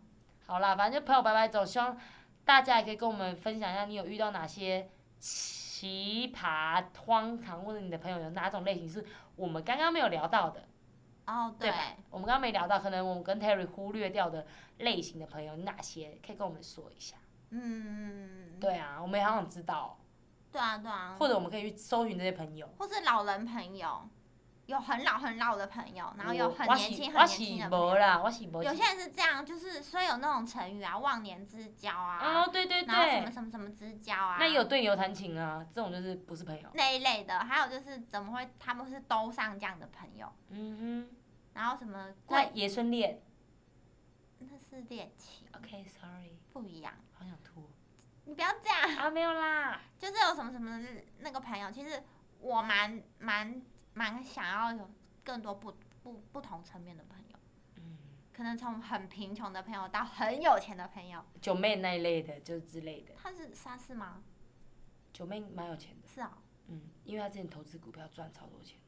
[SPEAKER 2] 好啦，反正就朋友拜拜走，希望大家也可以跟我们分享一下，你有遇到哪些奇葩、荒唐，或者你的朋友有哪种类型是我们刚刚没有聊到的，
[SPEAKER 1] 哦
[SPEAKER 2] 对
[SPEAKER 1] 对，
[SPEAKER 2] 我们刚刚没聊到，可能我们跟 Terry 忽略掉的类型的朋友，你哪些可以跟我们说一下？
[SPEAKER 1] 嗯，
[SPEAKER 2] 对啊，我们也好想知道
[SPEAKER 1] 对啊对
[SPEAKER 2] 哦，
[SPEAKER 1] 啊，
[SPEAKER 2] 或者我们可以去搜寻这些朋友。
[SPEAKER 1] 或是老人朋友，有很老很老的朋友，然后有
[SPEAKER 2] 我
[SPEAKER 1] 很
[SPEAKER 2] 我
[SPEAKER 1] 年
[SPEAKER 2] 是
[SPEAKER 1] 轻
[SPEAKER 2] 我
[SPEAKER 1] 很年轻
[SPEAKER 2] 是
[SPEAKER 1] 的朋
[SPEAKER 2] 无
[SPEAKER 1] 友。
[SPEAKER 2] 啦，我是无。
[SPEAKER 1] 有些人是这样，就是所以有那种成语啊，忘年之交啊，
[SPEAKER 2] 哦，对对
[SPEAKER 1] 然后什
[SPEAKER 2] 对
[SPEAKER 1] 么，什么什么之交啊，
[SPEAKER 2] 那也有对牛弹琴啊，这种就是不是朋友。
[SPEAKER 1] 那一类的，还有就是怎么会他们是都上这样的朋友，
[SPEAKER 2] 嗯哼，
[SPEAKER 1] 然后什么
[SPEAKER 2] 那
[SPEAKER 1] 贵，
[SPEAKER 2] 爷孙恋
[SPEAKER 1] 那是恋情
[SPEAKER 2] ，OK，sorry，
[SPEAKER 1] 不一样，
[SPEAKER 2] 好想吐哦。
[SPEAKER 1] 你不要这样，
[SPEAKER 2] 啊，没有啦，
[SPEAKER 1] 就是有什么什么那个朋友，其实我蛮蛮蛮想要有更多不不不同层面的朋友，
[SPEAKER 2] 嗯，
[SPEAKER 1] 可能从很贫穷的朋友到很有钱的朋友，
[SPEAKER 2] 九妹那一类的，就是之类的。
[SPEAKER 1] 他是沙士吗？
[SPEAKER 2] 九妹蛮有钱的，
[SPEAKER 1] 是哦
[SPEAKER 2] 嗯，因为她之前投资股票赚超多钱。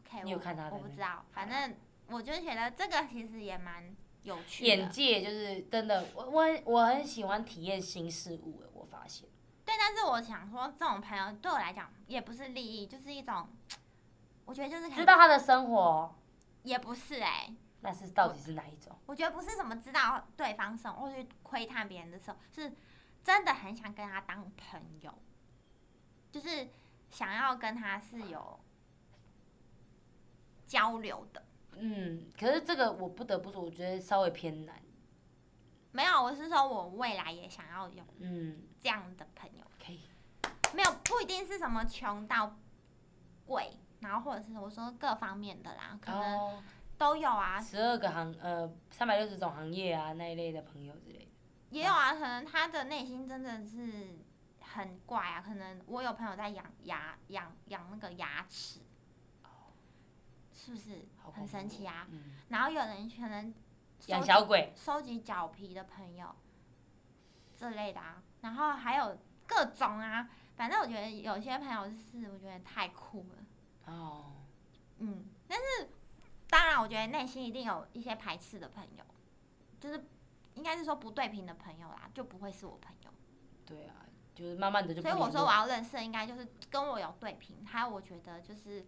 [SPEAKER 1] ，OK，
[SPEAKER 2] 你有
[SPEAKER 1] 我
[SPEAKER 2] 看他的
[SPEAKER 1] 我不
[SPEAKER 2] 那
[SPEAKER 1] 知道，反正我就觉得这个其实也蛮有趣的，
[SPEAKER 2] 眼界就是真的，我我很我很喜欢体验新事物的，我发现。
[SPEAKER 1] 对，但是我想说，这种朋友对我来讲也不是利益，就是一种，我觉得就是可能
[SPEAKER 2] 知道她的生活，哦
[SPEAKER 1] 也不是哎、
[SPEAKER 2] 那是到底是哪一种？
[SPEAKER 1] 我觉得不是什么知道对方生活或是窥探别人的时候，是真的很想跟他当朋友，就是想要跟他是有交流的。
[SPEAKER 2] 嗯，可是这个我不得不说，我觉得稍微偏难。
[SPEAKER 1] 没有，我是说我未来也想要有
[SPEAKER 2] 嗯，
[SPEAKER 1] 这样的朋友，
[SPEAKER 2] 可以。
[SPEAKER 1] 没有不一定是什么穷到贵，然后或者是我说各方面的啦，可能
[SPEAKER 2] 哦，
[SPEAKER 1] 都有啊，
[SPEAKER 2] 十二个行呃三百六十种行业啊那一类的朋友之类的。
[SPEAKER 1] 也有啊，可能他的内心真的是很怪啊。可能我有朋友在养牙、养养那个牙齿，是不是
[SPEAKER 2] 哦好恐
[SPEAKER 1] 很神奇啊？
[SPEAKER 2] 嗯，
[SPEAKER 1] 然后有人可能
[SPEAKER 2] 养
[SPEAKER 1] 收集
[SPEAKER 2] 小鬼，
[SPEAKER 1] 收集脚皮的朋友之类的啊，然后还有各种啊。反正我觉得有些朋友就是我觉得太酷了，
[SPEAKER 2] 哦，
[SPEAKER 1] 嗯，但是当然我觉得内心一定有一些排斥的朋友，就是应该是说不对频的朋友啦，就不会是我朋友。
[SPEAKER 2] 对啊，就是慢慢的就不
[SPEAKER 1] 所以
[SPEAKER 2] 联络。
[SPEAKER 1] 我说我要认识的应该就是跟我有对频，还有我觉得就是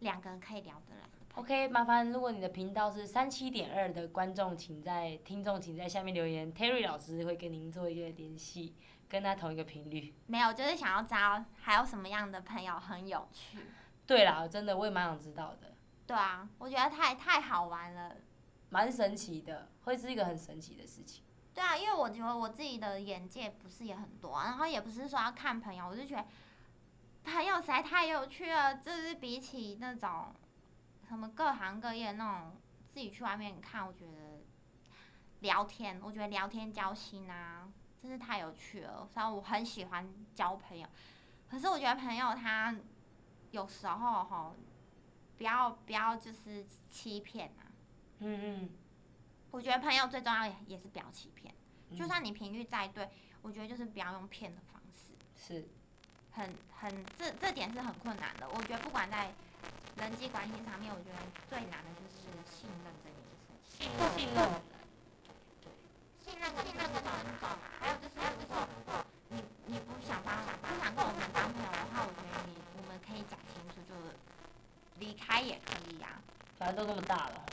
[SPEAKER 1] 两个人可以聊得来。
[SPEAKER 2] OK，麻烦如果你的频道是三七点二的观众，请在听众请在下面留言，Terry 老师会跟您做一个联系，跟他同一个频率。
[SPEAKER 1] 没有，就是想要知道还有什么样的朋友很有趣。
[SPEAKER 2] 对啦，真的我也蛮想知道的。
[SPEAKER 1] 对啊，我觉得太太好玩了。
[SPEAKER 2] 蛮神奇的，会是一个很神奇的事情。
[SPEAKER 1] 对啊，因为我觉得我自己的眼界不是也很多啊，然后也不是说要看朋友，我就觉得朋友实在太有趣了，就是比起那种什么各行各业那种自己去外面看，我觉得聊天，我觉得聊天交心啊，真是太有趣了。虽然我很喜欢交朋友，可是我觉得朋友他有时候吼，不要不要就是欺骗啊，
[SPEAKER 2] 嗯嗯，
[SPEAKER 1] 我觉得朋友最重要也也是不要欺骗，
[SPEAKER 2] 嗯
[SPEAKER 1] 就算你频率再对，我觉得就是不要用骗的方式，
[SPEAKER 2] 是
[SPEAKER 1] 很很这这点是很困难的。我觉得不管在人际关系上面，我觉得最难的就是信任这件事情，
[SPEAKER 2] 不信任。
[SPEAKER 1] 信任跟信任跟尊重啊，还有就是如果你你不想当不想跟我们当朋友的话，我觉得你我们可以讲清楚，就是离开也可以啊。
[SPEAKER 2] 反正都那么大了，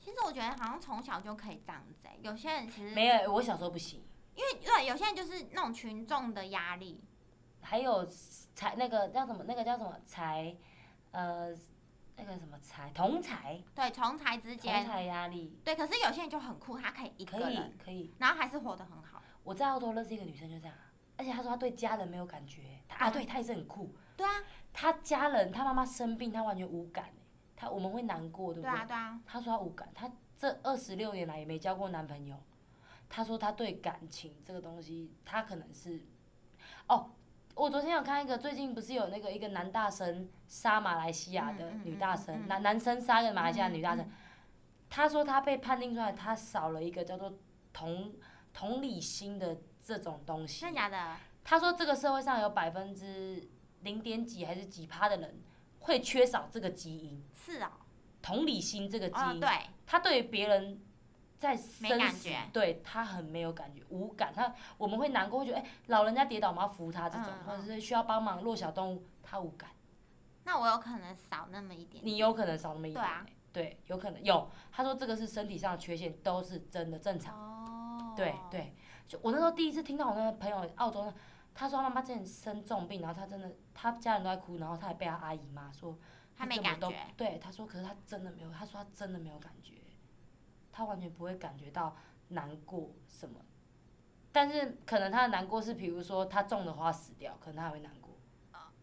[SPEAKER 1] 其实我觉得好像从小就可以这样子、欸，有些人其实
[SPEAKER 2] 没有，我小时候不行。
[SPEAKER 1] 因为对有些人就是那种群众的压力，
[SPEAKER 2] 还有财那个叫什么？那个叫什么财？呃，那个什么财？同财？
[SPEAKER 1] 对，同才之
[SPEAKER 2] 同
[SPEAKER 1] 间，
[SPEAKER 2] 财压力？
[SPEAKER 1] 对。可是有些人就很酷，他可以一个
[SPEAKER 2] 可以
[SPEAKER 1] 人，
[SPEAKER 2] 可以。
[SPEAKER 1] 然后还是活得很好。
[SPEAKER 2] 我在澳洲认识一个女生就这样啊，而且她说她对家人没有感觉。她啊，对，她也是很酷。
[SPEAKER 1] 对啊，
[SPEAKER 2] 她家人，她妈妈生病，她完全无感、欸。她我们会难过，对
[SPEAKER 1] 对
[SPEAKER 2] 不对？
[SPEAKER 1] 啊，对啊，
[SPEAKER 2] 她说她无感，她这二十六年来也没交过男朋友。她说她对感情这个东西，她可能是，哦，我昨天有看一个，最近不是有那个一个男大生杀马来西亚的
[SPEAKER 1] 嗯嗯
[SPEAKER 2] 女
[SPEAKER 1] 嗯
[SPEAKER 2] 大
[SPEAKER 1] 嗯
[SPEAKER 2] 生，
[SPEAKER 1] 嗯
[SPEAKER 2] 男男生杀个马来西亚
[SPEAKER 1] 嗯
[SPEAKER 2] 女大生，她说她被判定出来，她少了一个叫做同同理心的这种东西
[SPEAKER 1] 真。的假的？
[SPEAKER 2] 她说这个社会上有百分之零点几还是几趴的人会缺少这个基因，
[SPEAKER 1] 是哦，
[SPEAKER 2] 同理心这个基
[SPEAKER 1] 哦，
[SPEAKER 2] 因。
[SPEAKER 1] 对，
[SPEAKER 2] 他对于别人在
[SPEAKER 1] 没
[SPEAKER 2] 生
[SPEAKER 1] 感
[SPEAKER 2] 死
[SPEAKER 1] 觉
[SPEAKER 2] 对他很没有感觉，无感。他我们会难过，会觉得哎、老人家跌倒，我们要扶他这种，
[SPEAKER 1] 嗯嗯
[SPEAKER 2] 或者是需要帮忙弱小动物，他无感。
[SPEAKER 1] 那我有可能少那么一点点。
[SPEAKER 2] 你有可能少那么一点、
[SPEAKER 1] 对啊
[SPEAKER 2] 对，有可能有。他说这个是身体上的缺陷，都是真的正常。
[SPEAKER 1] 哦，
[SPEAKER 2] 对，对，就我那时候第一次听到我那个朋友澳洲的，他说他妈妈之前生重病，然后他真的他家人都在哭，然后他也被他阿姨骂说
[SPEAKER 1] 他
[SPEAKER 2] 你
[SPEAKER 1] 没
[SPEAKER 2] 怎么
[SPEAKER 1] 感
[SPEAKER 2] 都
[SPEAKER 1] 觉。
[SPEAKER 2] 对，他说，可是他真的没有，他说他真的没有感觉，他完全不会感觉到难过什么。但是可能他的难过是，比如说他种的花死掉，可能他还会难 过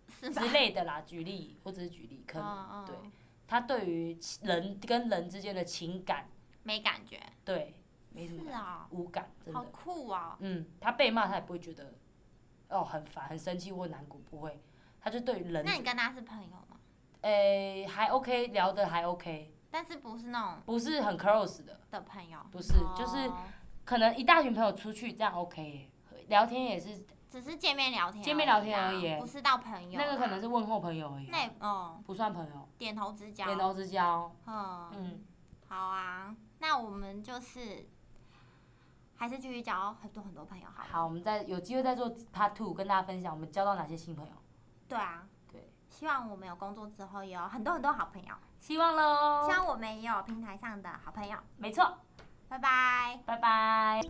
[SPEAKER 1] 是吧？
[SPEAKER 2] 之类的啦。举例，我只是举例，可能
[SPEAKER 1] 嗯
[SPEAKER 2] 对
[SPEAKER 1] 嗯，
[SPEAKER 2] 他对于人跟人之间的情感，
[SPEAKER 1] 没感觉。
[SPEAKER 2] 对，没什么
[SPEAKER 1] 是
[SPEAKER 2] 感
[SPEAKER 1] 啊、
[SPEAKER 2] 无感，真
[SPEAKER 1] 好
[SPEAKER 2] 的。
[SPEAKER 1] 酷哦。
[SPEAKER 2] 嗯，他被骂他也不会觉得哦很烦、很生气或难过，不会。他就对于人
[SPEAKER 1] 那，你跟他是朋友吗？
[SPEAKER 2] 诶、还 OK，聊的还 OK，
[SPEAKER 1] 但是不是那种
[SPEAKER 2] 不是很 close 的。
[SPEAKER 1] 的朋友？
[SPEAKER 2] 不是就是
[SPEAKER 1] 哦
[SPEAKER 2] 可能一大群朋友出去这样 OK，耶聊天也是
[SPEAKER 1] 只是见面聊天而已啊，
[SPEAKER 2] 见面聊天而已
[SPEAKER 1] 不是到朋友啊。
[SPEAKER 2] 那个可能是问候朋友而已，
[SPEAKER 1] 那也哦，
[SPEAKER 2] 不算朋友，
[SPEAKER 1] 点头之交。
[SPEAKER 2] 点头之交。
[SPEAKER 1] 嗯
[SPEAKER 2] 嗯，
[SPEAKER 1] 好啊，那我们就是还是继续交很多很多朋友好了。
[SPEAKER 2] 好，我们再有机会再做 Part Two 跟大家分享我们交到哪些新朋友。
[SPEAKER 1] 对啊，
[SPEAKER 2] 对，
[SPEAKER 1] 希望我们有工作之后也有很多很多好朋友，
[SPEAKER 2] 希望喽
[SPEAKER 1] 希。望我们也有平台上的好朋友。
[SPEAKER 2] 没错，
[SPEAKER 1] 拜拜。
[SPEAKER 2] 拜拜。